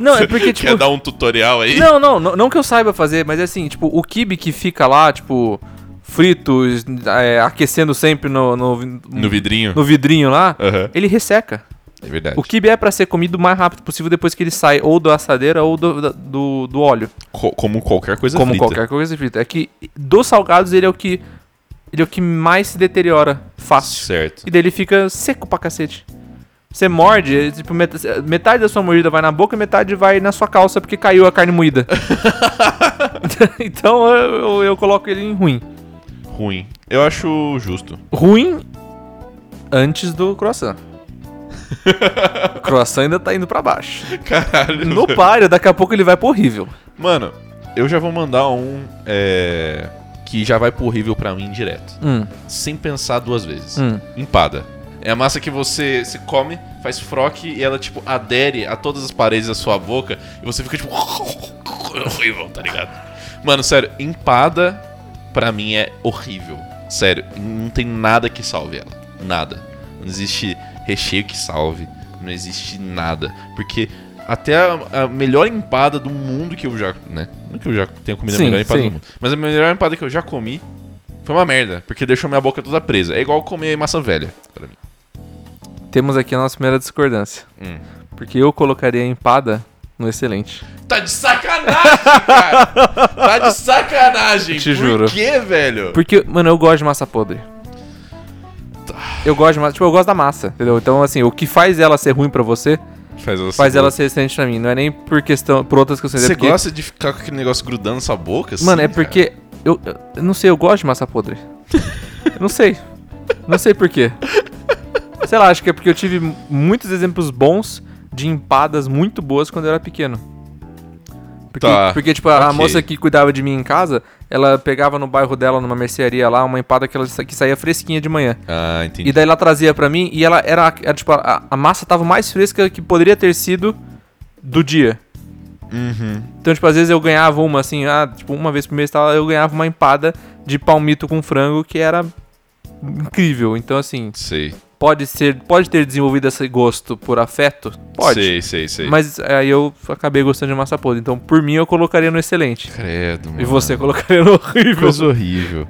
S1: Não, é porque, tipo-
S2: Quer dar um tutorial aí?
S1: Não, não, não, não que eu saiba fazer, mas é assim, tipo, o kibe que fica lá, tipo, frito, es- é, aquecendo sempre no, no,
S2: No vidrinho?
S1: no vidrinho lá,
S2: Aham,
S1: ele resseca.
S2: é verdade.
S1: O kibe é pra ser comido o mais rápido possível depois que ele sai ou da assadeira ou do, da- do, do óleo.
S2: Co- como qualquer coisa
S1: como
S2: frita.
S1: qualquer coisa frita. É que dos salgados ele é o que. Ele é o que mais se deteriora fácil.
S2: Certo.
S1: E daí ele fica seco pra cacete. Você morde, é, tipo, met- metade da sua mordida vai na boca e metade vai na sua calça porque caiu a carne moída. então eu, eu- eu coloco ele em ruim.
S2: Ruim. Eu acho justo.
S1: Ruim antes do croissant. o croissant ainda tá indo pra baixo.
S2: Caralho.
S1: No páreo, daqui a pouco ele vai pro horrível.
S2: Mano, eu já vou mandar um é, que já vai pro horrível pra mim direto.
S1: Hum,
S2: Sem pensar duas vezes.
S1: hum.
S2: Empada. É a massa que você se come, faz froque e ela, tipo, adere a todas as paredes da sua boca e você fica, tipo, horrível, tá ligado? Mano, sério, empada pra mim é horrível. Sério, não tem nada que salve ela. Nada. Não existe recheio que salve. Não existe nada. Porque até a, a melhor empada do mundo que eu já. né? Não que eu já tenha comido
S1: Sim,
S2: a melhor empada
S1: sim.
S2: do mundo. Mas a melhor empada que eu já comi foi uma merda. Porque deixou minha boca toda presa. É igual comer maçã velha pra mim.
S1: Temos aqui a nossa primeira discordância.
S2: Hum.
S1: Porque eu colocaria a empada no excelente.
S2: Tá de sacanagem, cara! Tá de sacanagem!
S1: Te
S2: Por
S1: juro.
S2: quê, velho?
S1: Porque, mano, eu gosto de massa podre. Eu gosto de massa, tipo, eu gosto da massa, entendeu? Então, assim, o que faz ela ser ruim pra você,
S2: Faz ela,
S1: faz ela ser excelente pra mim. Não é nem por questão, por outras questões. é
S2: Você
S1: porque-
S2: gosta de ficar com aquele negócio grudando na sua boca? assim,
S1: Mano, é
S2: cara?
S1: porque eu, eu não sei, eu gosto de massa podre. Eu não sei. Não sei por quê. Sei lá, acho que é porque eu tive muitos exemplos bons de empadas muito boas quando eu era pequeno. Porque,
S2: Tá,
S1: porque tipo, a
S2: ok.
S1: moça que cuidava de mim em casa, ela pegava no bairro dela, numa mercearia lá, uma empada que, ela, sa- que saía fresquinha de manhã.
S2: Ah, entendi.
S1: E daí ela trazia pra mim e ela era, era, tipo, a, a massa tava mais fresca que poderia ter sido do dia.
S2: Uhum.
S1: Então, tipo, às vezes eu ganhava uma assim, ah, tipo, uma vez por mês tal, eu ganhava uma empada de palmito com frango que era incrível. Então, assim,
S2: Sei.
S1: pode ser, pode ter desenvolvido esse gosto por afeto? Pode.
S2: Sei, sei, sei.
S1: Mas aí eu acabei gostando de massa podre. Então, por mim, eu colocaria no excelente.
S2: Credo, mano.
S1: E você colocaria no
S2: Que
S1: horrível.
S2: coisa horrível.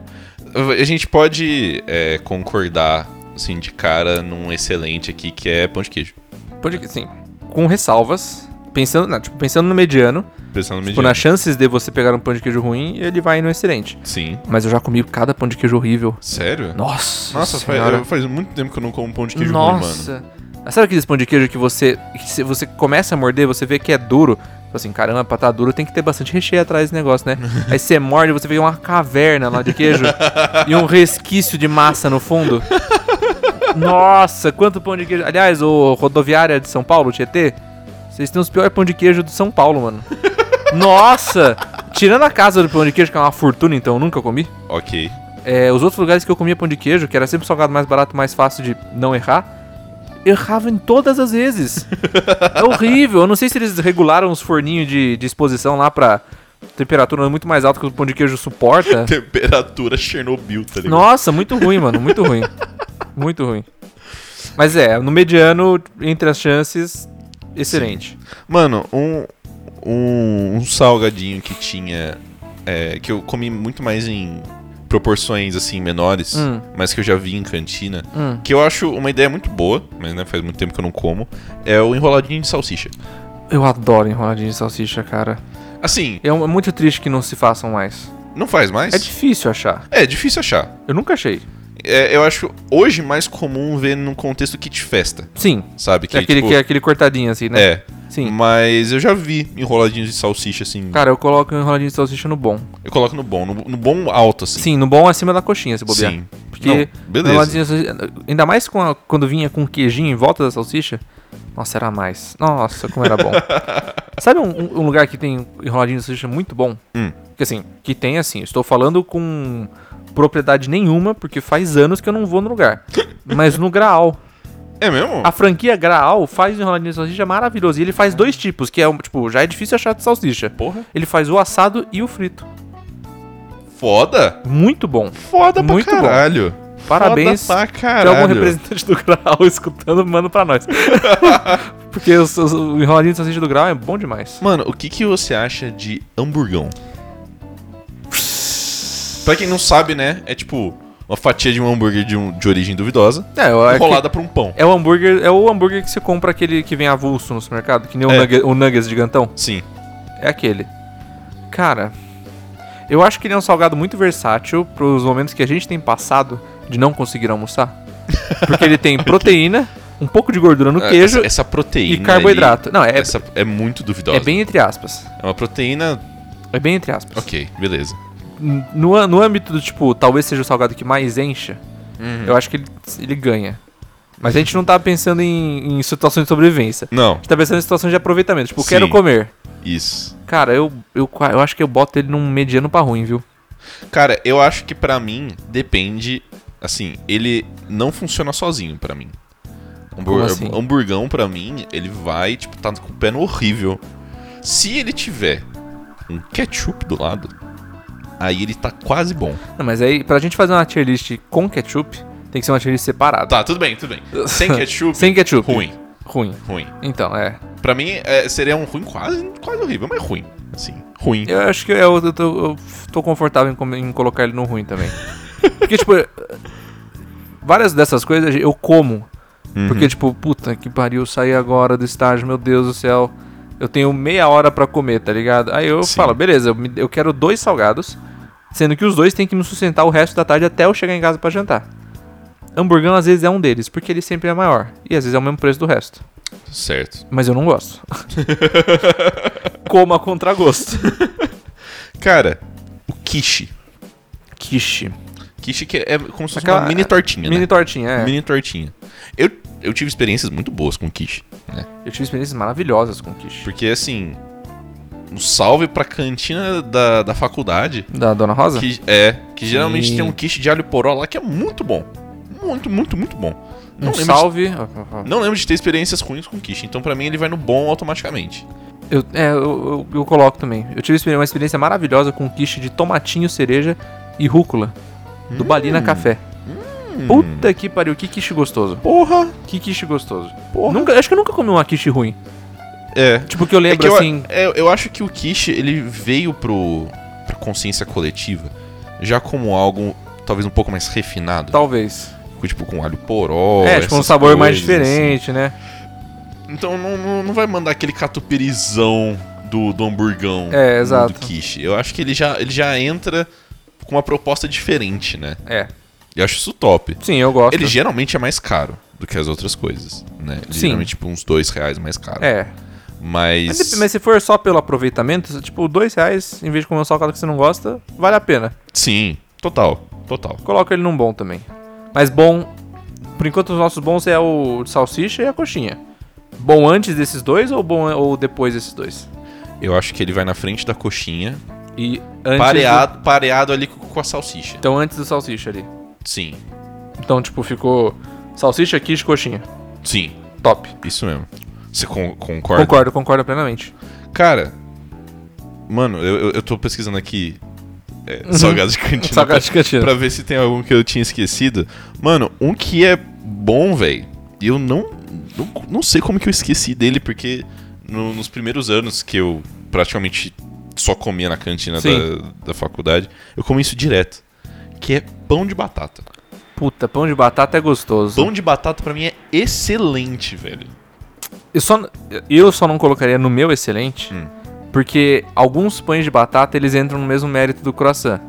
S2: A gente pode é, concordar, assim, de cara num excelente aqui que é pão de queijo.
S1: Pode que sim. Com ressalvas. Pensando, não, tipo, pensando no mediano,
S2: Pensando no
S1: tipo,
S2: mediano.
S1: nas chances de você pegar um pão de queijo ruim, ele vai no excelente.
S2: Sim.
S1: Mas eu já comi cada pão de queijo horrível.
S2: Sério?
S1: Nossa,
S2: Nossa, faz,
S1: senhora.
S2: eu- faz muito tempo que eu não como pão de queijo ruim, mano.
S1: Nossa. Sabe aqueles pão de queijo que você, que se você começa a morder, você vê que é duro? Fala assim, caramba, pra tá duro tem que ter bastante recheio atrás desse negócio, né? Aí você morde, você vê uma caverna lá de queijo e um resquício de massa no fundo. Nossa, quanto pão de queijo. Aliás, o rodoviária de São Paulo, Tietê, vocês têm os piores pão de queijo de São Paulo, mano. Nossa! Tirando a casa do pão de queijo, que é uma fortuna, então eu nunca comi.
S2: Ok.
S1: É, os outros lugares que eu comia pão de queijo, que era sempre o salgado mais barato, mais fácil de não errar, errava em todas as vezes. é horrível. Eu não sei se eles regularam os forninhos de, de exposição lá pra temperatura muito mais alta que o pão de queijo suporta.
S2: Temperatura Chernobyl, tá ligado?
S1: Nossa, muito ruim, mano. Muito ruim. Muito ruim. Mas é, no mediano, entre as chances, excelente.
S2: Mano, um, um, um salgadinho que tinha. é, que eu comi muito mais em proporções assim menores,
S1: Hum.
S2: mas que eu já vi em cantina.
S1: Hum.
S2: Que eu acho uma ideia muito boa, mas né, faz muito tempo que eu não como. É o enroladinho de salsicha.
S1: Eu adoro enroladinho de salsicha, cara.
S2: Assim,
S1: É, um- é muito triste que não se façam mais.
S2: não faz mais?
S1: É difícil achar.
S2: É, difícil achar.
S1: Eu nunca achei.
S2: É, eu acho hoje mais comum ver num contexto kit festa,
S1: Sim,
S2: sabe?
S1: é aquele,
S2: tipo,
S1: que é aquele cortadinho assim, né?
S2: É,
S1: Sim.
S2: mas eu já vi enroladinhos de salsicha assim.
S1: Cara, eu coloco um enroladinho de salsicha no bom.
S2: Eu coloco no bom, no, no bom alto assim.
S1: Sim, no bom é acima da coxinha, se bobear.
S2: Sim.
S1: Porque
S2: Não,
S1: o
S2: beleza.
S1: enroladinho de salsicha, ainda mais com a- quando vinha com um queijinho em volta da salsicha. Nossa, era mais. Nossa, como era bom. Sabe um, um lugar que tem enroladinho de salsicha muito bom?
S2: Hum.
S1: Que assim, que tem assim, estou falando com propriedade nenhuma, porque faz anos que eu não vou no lugar. Mas no Graal.
S2: É mesmo?
S1: A franquia Graal faz um enroladinho de salsicha maravilhoso. E ele faz dois tipos, que é, um, tipo, já é difícil achar de salsicha.
S2: Porra.
S1: Ele faz o assado e o frito.
S2: Foda?
S1: Muito bom.
S2: Foda
S1: Muito bom.
S2: pra caralho.
S1: Parabéns.
S2: Foda pra
S1: Tem
S2: caralho.
S1: algum representante do Grau escutando, manda pra nós. Porque os- os- o enroladinho de salsicha do Grau é bom demais.
S2: Mano, o que, que você acha de hamburgão? Pra quem não sabe, né? É tipo uma fatia de um hambúrguer de, um- de origem duvidosa,
S1: É, eu acho que-
S2: enrolada pra um pão.
S1: É o hambúrguer, é o hambúrguer que você compra aquele que vem avulso no supermercado, que nem o,
S2: É.
S1: nugget, o nuggets gigantão.
S2: Sim.
S1: É aquele. Cara, eu acho que ele é um salgado muito versátil pros momentos que a gente tem passado de não conseguir almoçar. Porque ele tem proteína, um pouco de gordura no queijo
S2: É, Essa, essa proteína.
S1: e carboidrato. Não,
S2: ali,
S1: é,
S2: essa é muito duvidosa.
S1: é bem entre aspas.
S2: É uma proteína.
S1: É bem entre aspas.
S2: Ok, beleza.
S1: N- No, â- no âmbito do tipo, talvez seja o salgado que mais encha,
S2: Uhum.
S1: eu acho que ele, ele ganha. Mas a gente não tá pensando em, em situações de sobrevivência.
S2: Não,
S1: A gente tá pensando em situações de aproveitamento. Tipo,
S2: Sim.
S1: quero comer.
S2: isso.
S1: Cara, eu, eu, qua- eu acho que eu boto ele num mediano pra ruim, viu?
S2: Cara, eu acho que pra mim depende. Assim, ele não funciona sozinho pra mim. Hambur
S1: Como assim?
S2: Hamburgão pra mim, ele vai, tipo, tá com o pé no horrível. Se ele tiver um ketchup do lado, aí ele tá quase bom.
S1: Não, mas aí, pra gente fazer uma tier list com ketchup, tem que ser uma tier list separada.
S2: Tá, tudo bem, tudo bem. Sem ketchup,
S1: Sem ketchup.
S2: ruim,
S1: Ruim.
S2: ruim.
S1: Então, é.
S2: Pra mim, é, seria um ruim quase, quase horrível, mas ruim. Assim, ruim.
S1: Eu acho que eu, eu tô, eu tô confortável em, com- em colocar ele no ruim também. Porque, tipo, várias dessas coisas eu como. Porque, tipo, puta que pariu, eu saí agora do estágio, meu Deus do céu. Eu tenho meia hora pra comer, tá ligado? Aí eu
S2: Sim.
S1: falo, beleza, eu, me- eu quero dois salgados, sendo que os dois têm que me sustentar o resto da tarde até eu chegar em casa pra jantar. Hamburgão às vezes é um deles, porque ele sempre é maior. E às vezes é o mesmo preço do resto.
S2: Certo.
S1: Mas eu não gosto. Coma contra gosto.
S2: Cara, o quiche.
S1: Quiche.
S2: Quiche que é como se fosse
S1: Aquela-
S2: uma mini tortinha, né?
S1: Mini tortinha, é.
S2: Mini tortinha. Eu, eu tive experiências muito boas com quiche, né?
S1: Eu tive experiências maravilhosas com quiche.
S2: Porque, assim, um salve pra cantina da, da faculdade,
S1: Da Dona Rosa?
S2: que é, que geralmente
S1: Sim.
S2: tem um quiche de alho poró lá que é muito bom. Muito, muito, muito bom. Não,
S1: um
S2: lembro,
S1: salve. ah,
S2: de, não lembro de ter experiências ruins com quiche, então pra mim ele vai no bom automaticamente.
S1: Eu, é, eu, eu- eu coloco também. Eu tive experi- uma experiência maravilhosa com quiche de tomatinho, cereja e rúcula.
S2: Hum.
S1: Do Balina Café. Puta que pariu, que quiche gostoso.
S2: Porra!
S1: Que quiche gostoso.
S2: Porra.
S1: Nunca, acho que eu nunca comi uma quiche ruim.
S2: É,
S1: Tipo, que eu
S2: É que
S1: lembro
S2: eu,
S1: assim.
S2: é, eu acho que o quiche ele veio pro, pra consciência coletiva já como algo talvez um pouco mais refinado.
S1: Talvez.
S2: com, Tipo, com alho poró.
S1: é, tipo, um
S2: essas
S1: sabor mais
S2: coisas,
S1: diferente, né?
S2: assim. Então não, não, não vai mandar aquele catupirizão do, do hamburgão.
S1: É, exato.
S2: Do quiche. Eu acho que ele já, ele já entra com uma proposta diferente, né?
S1: É.
S2: Eu acho isso top.
S1: Sim, eu gosto.
S2: Ele geralmente é mais caro do que as outras coisas, né? Ele
S1: Sim.
S2: Geralmente, tipo, uns dois reais mais caro.
S1: É. Mas,
S2: Mas,
S1: dep- mas se for só pelo aproveitamento, tipo, dois reais em vez de comer um salgado que você não gosta, vale a pena.
S2: Sim, total. Total.
S1: Coloca ele num bom também. Mas bom, por enquanto os nossos bons é o de salsicha e a coxinha. Bom antes desses dois ou bom ou depois desses dois?
S2: Eu acho que ele vai na frente da coxinha,
S1: E antes do-
S2: pareado, pareado ali com, com a salsicha.
S1: então antes do salsicha ali.
S2: Sim,
S1: Então tipo ficou salsicha, quiche, coxinha.
S2: sim,
S1: Top.
S2: isso mesmo. Você con- concorda?
S1: Concordo, concordo plenamente.
S2: Cara, mano, eu, eu- eu tô pesquisando aqui é, salgados de cantina
S1: Uhum. Salgado um de
S2: pra,
S1: cantina.
S2: pra ver se tem algum que eu tinha esquecido. Mano, um que é bom, velho, eu não, não não sei como que eu esqueci dele, porque no- nos primeiros anos que eu praticamente só comia na cantina
S1: Sim.
S2: da, da faculdade, eu comi isso direto, que é pão de batata.
S1: Puta, pão de batata é gostoso.
S2: Pão de batata pra mim é excelente, velho.
S1: Eu só, eu só não colocaria no meu excelente,
S2: Hum.
S1: porque alguns pães de batata eles entram no mesmo mérito do croissant.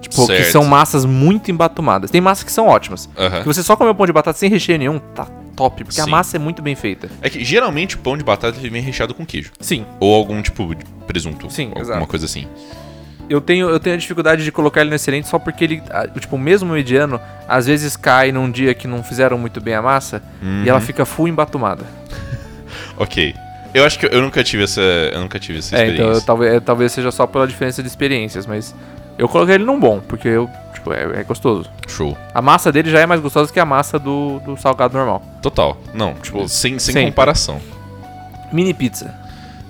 S1: Tipo, que
S2: Certo.
S1: são massas muito embatumadas. Tem massas que são ótimas.
S2: Aham.
S1: Se você só comer o pão de batata sem recheio nenhum, tá top, porque a
S2: Sim.
S1: massa é muito bem feita.
S2: É que geralmente o pão de batata ele vem recheado com queijo.
S1: Sim.
S2: Ou algum tipo de presunto.
S1: Sim,
S2: alguma
S1: exato.
S2: coisa assim.
S1: Eu tenho, eu tenho a dificuldade de colocar ele no excelente só porque ele, ah, tipo, mesmo mediano, às vezes cai num dia que não fizeram muito bem a massa e ela fica full embatumada.
S2: Ok. Eu acho que eu nunca tive essa. Eu nunca tive essa
S1: É, então eu
S2: experiência.
S1: talvez, é, talvez seja só pela diferença de experiências, mas eu coloquei ele num bom, porque eu, tipo, é, é gostoso.
S2: Show.
S1: A massa dele já é mais gostosa que a massa do, do salgado normal.
S2: Total. Não, tipo, sem, sem
S1: sempre.
S2: comparação.
S1: Mini pizza.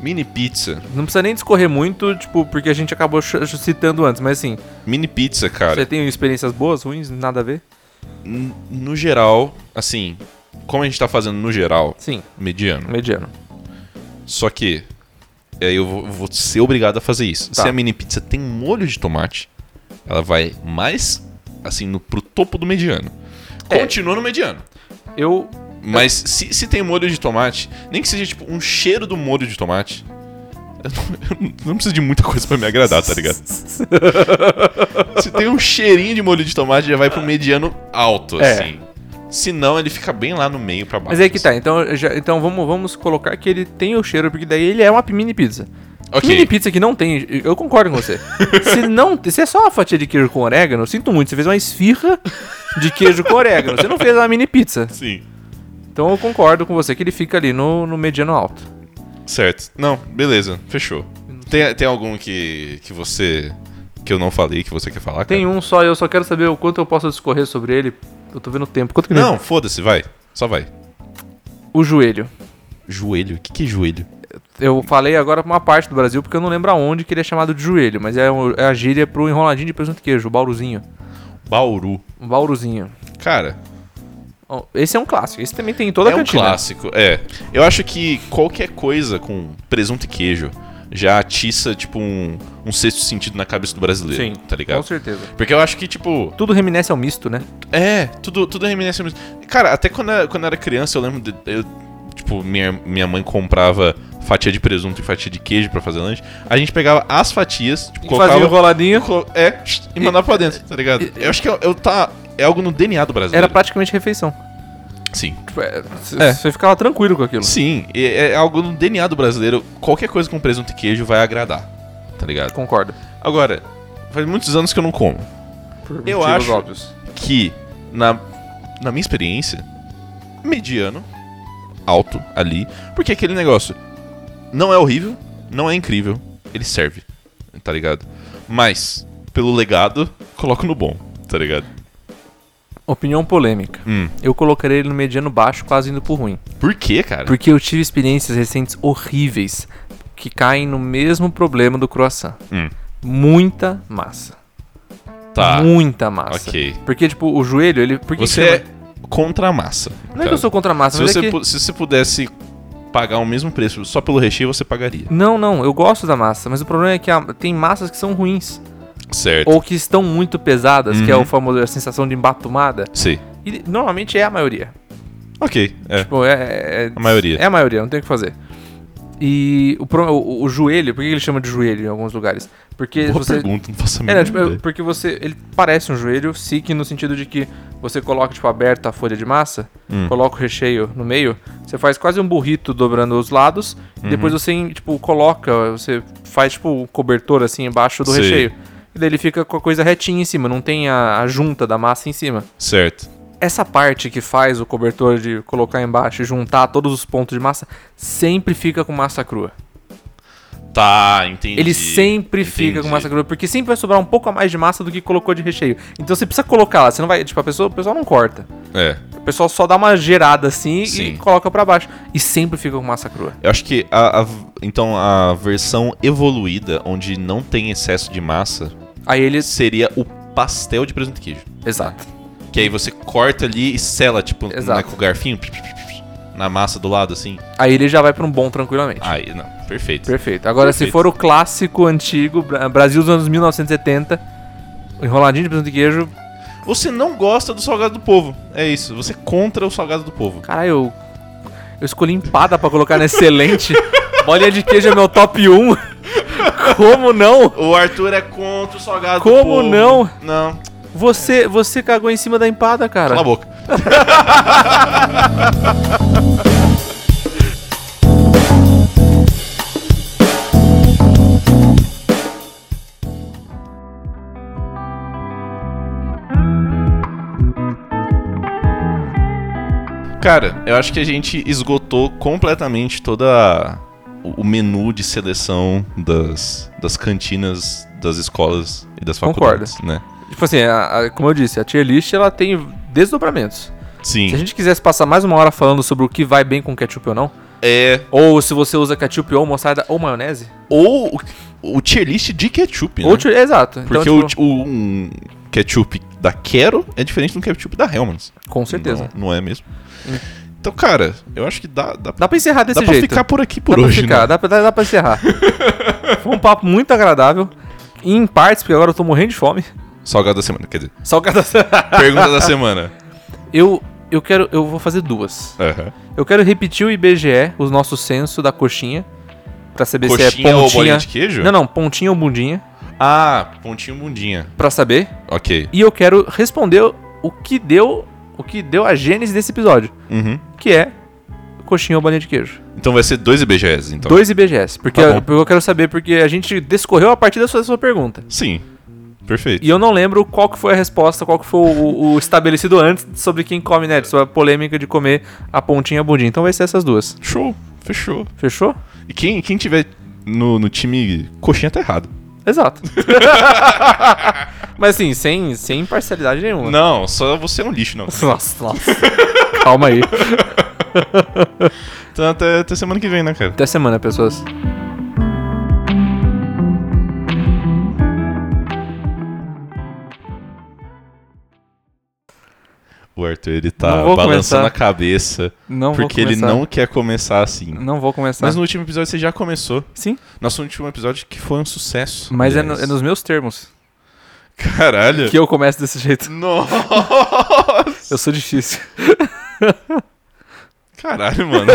S2: Mini pizza.
S1: Não precisa nem discorrer muito, tipo, porque a gente acabou ch- ch- citando antes, mas assim,
S2: Mini pizza, cara.
S1: você tem experiências boas, ruins, nada a ver?
S2: n- no geral, assim, como a gente tá fazendo no geral,
S1: Sim,
S2: mediano.
S1: mediano.
S2: Só que é, eu vou, vou ser obrigado a fazer isso.
S1: Tá.
S2: Se a mini pizza tem molho de tomate, ela vai mais assim no, pro topo do mediano.
S1: É.
S2: Continua no mediano.
S1: Eu.
S2: Mas se, se tem molho de tomate, nem que seja tipo um cheiro do molho de tomate. Eu não, eu não preciso de muita coisa pra me agradar, tá ligado? Se tem um cheirinho de molho de tomate, já vai pro mediano alto,
S1: É.
S2: assim. Se não, ele fica bem lá no meio pra baixo.
S1: Mas aí que tá, então, eu já- então vamos, vamos colocar que ele tem o cheiro, porque daí ele é uma mini pizza.
S2: assim. Ok.
S1: Mini pizza que não tem, eu concordo com você. se não, tem- se é só uma fatia de queijo com orégano, eu sinto muito, você fez uma esfirra de queijo com orégano, você não fez uma mini pizza.
S2: Sim.
S1: Então eu concordo com você que ele fica ali no, no mediano alto.
S2: Certo. Não, beleza. Fechou. Tem, tem algum que, que você. que eu não falei, que você quer falar?
S1: Tem
S2: cara?
S1: um só, eu só quero saber o quanto eu posso discorrer sobre ele. Eu tô vendo o tempo. Quanto que é?
S2: Não, foda-se, vai. Só vai.
S1: O joelho.
S2: Joelho. O que, que é joelho?
S1: Eu falei agora pra uma parte do Brasil, porque eu não lembro aonde que ele é chamado de joelho, mas é, o- é a gíria pro enroladinho de presunto e queijo, o bauruzinho.
S2: Bauru.
S1: Um bauruzinho.
S2: Cara,
S1: Ó, Esse é um clássico, esse também tem em toda
S2: é
S1: a
S2: um
S1: cantina.
S2: clássico. É. Eu acho que qualquer coisa com presunto e queijo já atiça, tipo, um, um sexto sentido na cabeça do brasileiro.
S1: Sim, Com
S2: Tá ligado?
S1: certeza.
S2: Porque eu acho que, tipo.
S1: Tudo reminisce ao misto, né?
S2: É, tudo, tudo é reminiscência mesmo. Cara, até quando eu, quando eu era criança, eu lembro. de- eu, tipo, minha, minha mãe comprava fatia de presunto e fatia de queijo pra fazer lanche. A gente pegava as fatias, tipo,
S1: Fazia o
S2: colocava.
S1: enroladinho.
S2: colo- É, e mandava pra dentro, tá ligado? Eu acho que eu, eu tá. É algo no DNA do brasileiro.
S1: Era praticamente refeição.
S2: Sim.
S1: Tipo, é, c-
S2: É.
S1: Você ficava tranquilo com aquilo.
S2: Sim, é, é algo no DNA do brasileiro. Qualquer coisa com presunto e queijo vai agradar, tá ligado?
S1: Concordo.
S2: Agora, faz muitos anos que eu não como.
S1: Por
S2: Eu
S1: motivos
S2: acho-
S1: óbvios.
S2: que, na, na minha experiência, mediano, alto ali, porque aquele negócio não é horrível, não é incrível, ele serve, tá ligado? Mas, pelo legado, coloco no bom, tá ligado?
S1: Opinião polêmica.
S2: Hum.
S1: Eu colocaria ele no mediano baixo, quase indo pro ruim.
S2: Por quê, cara?
S1: Porque eu tive experiências recentes horríveis que caem no mesmo problema do croissant.
S2: Hum.
S1: Muita massa.
S2: Tá,
S1: Muita massa.
S2: ok.
S1: Porque, tipo, o joelho, ele. Por que
S2: Você
S1: que
S2: é
S1: chama-
S2: contra a massa.
S1: Não é que
S2: cara.
S1: eu sou contra a massa,
S2: se
S1: mas
S2: você,
S1: é que...
S2: pu- se você pudesse pagar o mesmo preço só pelo recheio, você pagaria.
S1: Não, não, eu gosto da massa, mas o problema é que a- tem massas que são ruins.
S2: Certo.
S1: Ou que estão muito pesadas, que é
S2: Uhum.
S1: o famoso a sensação de embatumada.
S2: Sim.
S1: E normalmente é a maioria.
S2: Ok, é.
S1: Tipo, é- é, é-
S2: A maioria.
S1: É a maioria, não tem o que fazer. E o, pro- o- o joelho, por que ele chama de joelho em alguns lugares? Porque
S2: Boa
S1: você.
S2: pergunta, não faço
S1: É,
S2: a mínima
S1: não, tipo, é
S2: ideia.
S1: porque você. Ele parece um joelho, sique no sentido de que você coloca, tipo, aberto a folha de massa,
S2: Hum.
S1: coloca o recheio no meio, você faz quase um burrito dobrando os lados,
S2: Uhum.
S1: e depois você, tipo, coloca, você faz, tipo, um cobertor assim embaixo do
S2: Sei.
S1: recheio. E daí ele fica com a coisa retinha em cima, não tem a, a junta da massa em cima.
S2: Certo.
S1: Essa parte que faz o cobertor de colocar embaixo e juntar todos os pontos de massa sempre fica com massa crua.
S2: Tá, entendi.
S1: Ele sempre fica
S2: Entendi.
S1: com massa crua, porque sempre vai sobrar um pouco a mais de massa do que colocou de recheio. Então você precisa colocar lá, você não vai, tipo, a pessoa, o pessoal não corta.
S2: É.
S1: O pessoal só dá uma gerada assim
S2: Sim.
S1: e coloca pra baixo e sempre fica com massa crua.
S2: Eu acho que a, a- então a versão evoluída, onde não tem excesso de massa,
S1: Aí ele,
S2: seria o pastel de presunto e queijo.
S1: exato.
S2: Que aí você corta ali e sela, tipo,
S1: Exato.
S2: na, com o garfinho, na massa do lado, assim.
S1: Aí ele já vai pra um bom tranquilamente.
S2: Aí, não, perfeito.
S1: Perfeito. Agora se
S2: Ah, Perfeito.
S1: for o clássico antigo, Bra- Brasil dos anos 1970, enroladinho de presunto e queijo,
S2: Você não gosta do salgado do povo. É isso, você é contra o salgado do povo.
S1: Caralho, eu, eu escolhi empada pra colocar na excelente. Bolinha de queijo é meu top 1. Como não?
S2: O Arthur é contra o salgado do
S1: Como
S2: povo.
S1: não?
S2: Não,
S1: Você, você cagou em cima da empada, cara.
S2: cala a boca. Cara, eu acho que a gente esgotou completamente toda a- o o menu de seleção das, das cantinas das escolas e das
S1: Concordo.
S2: faculdades, né?
S1: Tipo assim, a- a- como eu disse, a tier list ela tem desdobramentos. Se a
S2: Sim.
S1: gente quisesse passar mais uma hora falando sobre o que vai bem com ketchup ou não,
S2: É.
S1: Ou se você usa ketchup ou mostarda ou maionese.
S2: Ou o, o tier list de ketchup, né?
S1: Ou tira- Exato.
S2: Porque
S1: então,
S2: o,
S1: tipo,
S2: ti- o- um ketchup da Quero é diferente do ketchup da Hellmann's.
S1: Com certeza.
S2: Não, não é mesmo? Então, cara, eu acho que dá, dá,
S1: Dá pra encerrar desse
S2: dá pra
S1: jeito.
S2: ficar por aqui por
S1: dá
S2: hoje,
S1: pra ficar,
S2: né?
S1: dá, pra, dá, dá pra encerrar. Foi um papo muito agradável. Em partes, porque agora eu tô morrendo de fome.
S2: Salgado da semana, quer dizer,
S1: Salgada.
S2: pergunta da semana.
S1: eu, eu quero. Eu vou fazer duas.
S2: Aham.
S1: Eu quero repetir o IBGE, o nosso censo da coxinha. Pra saber se é
S2: Coxinha
S1: pontinha.
S2: ou bolinha de queijo?
S1: Não, não, pontinha ou bundinha.
S2: Ah, pontinho mundinha.
S1: Pra saber.
S2: Ok.
S1: E eu quero responder o que deu. O que deu a gênese desse episódio.
S2: Uhum.
S1: Que é coxinha ou bolinha de queijo.
S2: Então vai ser dois IBGs, então.
S1: Dois IBGs. Porque
S2: Tá
S1: eu,
S2: bom.
S1: porque eu quero saber, porque a gente descorreu a partir da sua, da sua pergunta.
S2: Sim. Perfeito.
S1: E eu não lembro qual que foi a resposta, qual que foi o, o estabelecido antes sobre quem come, né? Sobre a polêmica de comer a pontinha e a bundinha. Então vai ser essas duas.
S2: Show. Fechou.
S1: Fechou?
S2: E quem, quem tiver no, no time coxinha tá errado.
S1: Exato. Mas assim, sem, sem parcialidade nenhuma.
S2: Não, só você é um lixo, não.
S1: Nossa, nossa. Calma aí.
S2: Então até, até semana que vem, né, cara?
S1: Até semana, pessoas.
S2: O Arthur, ele tá
S1: Não vou
S2: balançando
S1: começar.
S2: a cabeça.
S1: Não
S2: porque
S1: vou
S2: ele
S1: começar.
S2: não quer começar assim.
S1: Não vou começar.
S2: Mas no último episódio você já começou.
S1: Sim,
S2: Nosso último episódio que foi um sucesso.
S1: mas é, no-
S2: aliás.
S1: é nos meus termos
S2: Caralho.
S1: que eu começo desse jeito.
S2: Nossa.
S1: Eu sou difícil.
S2: Caralho, mano.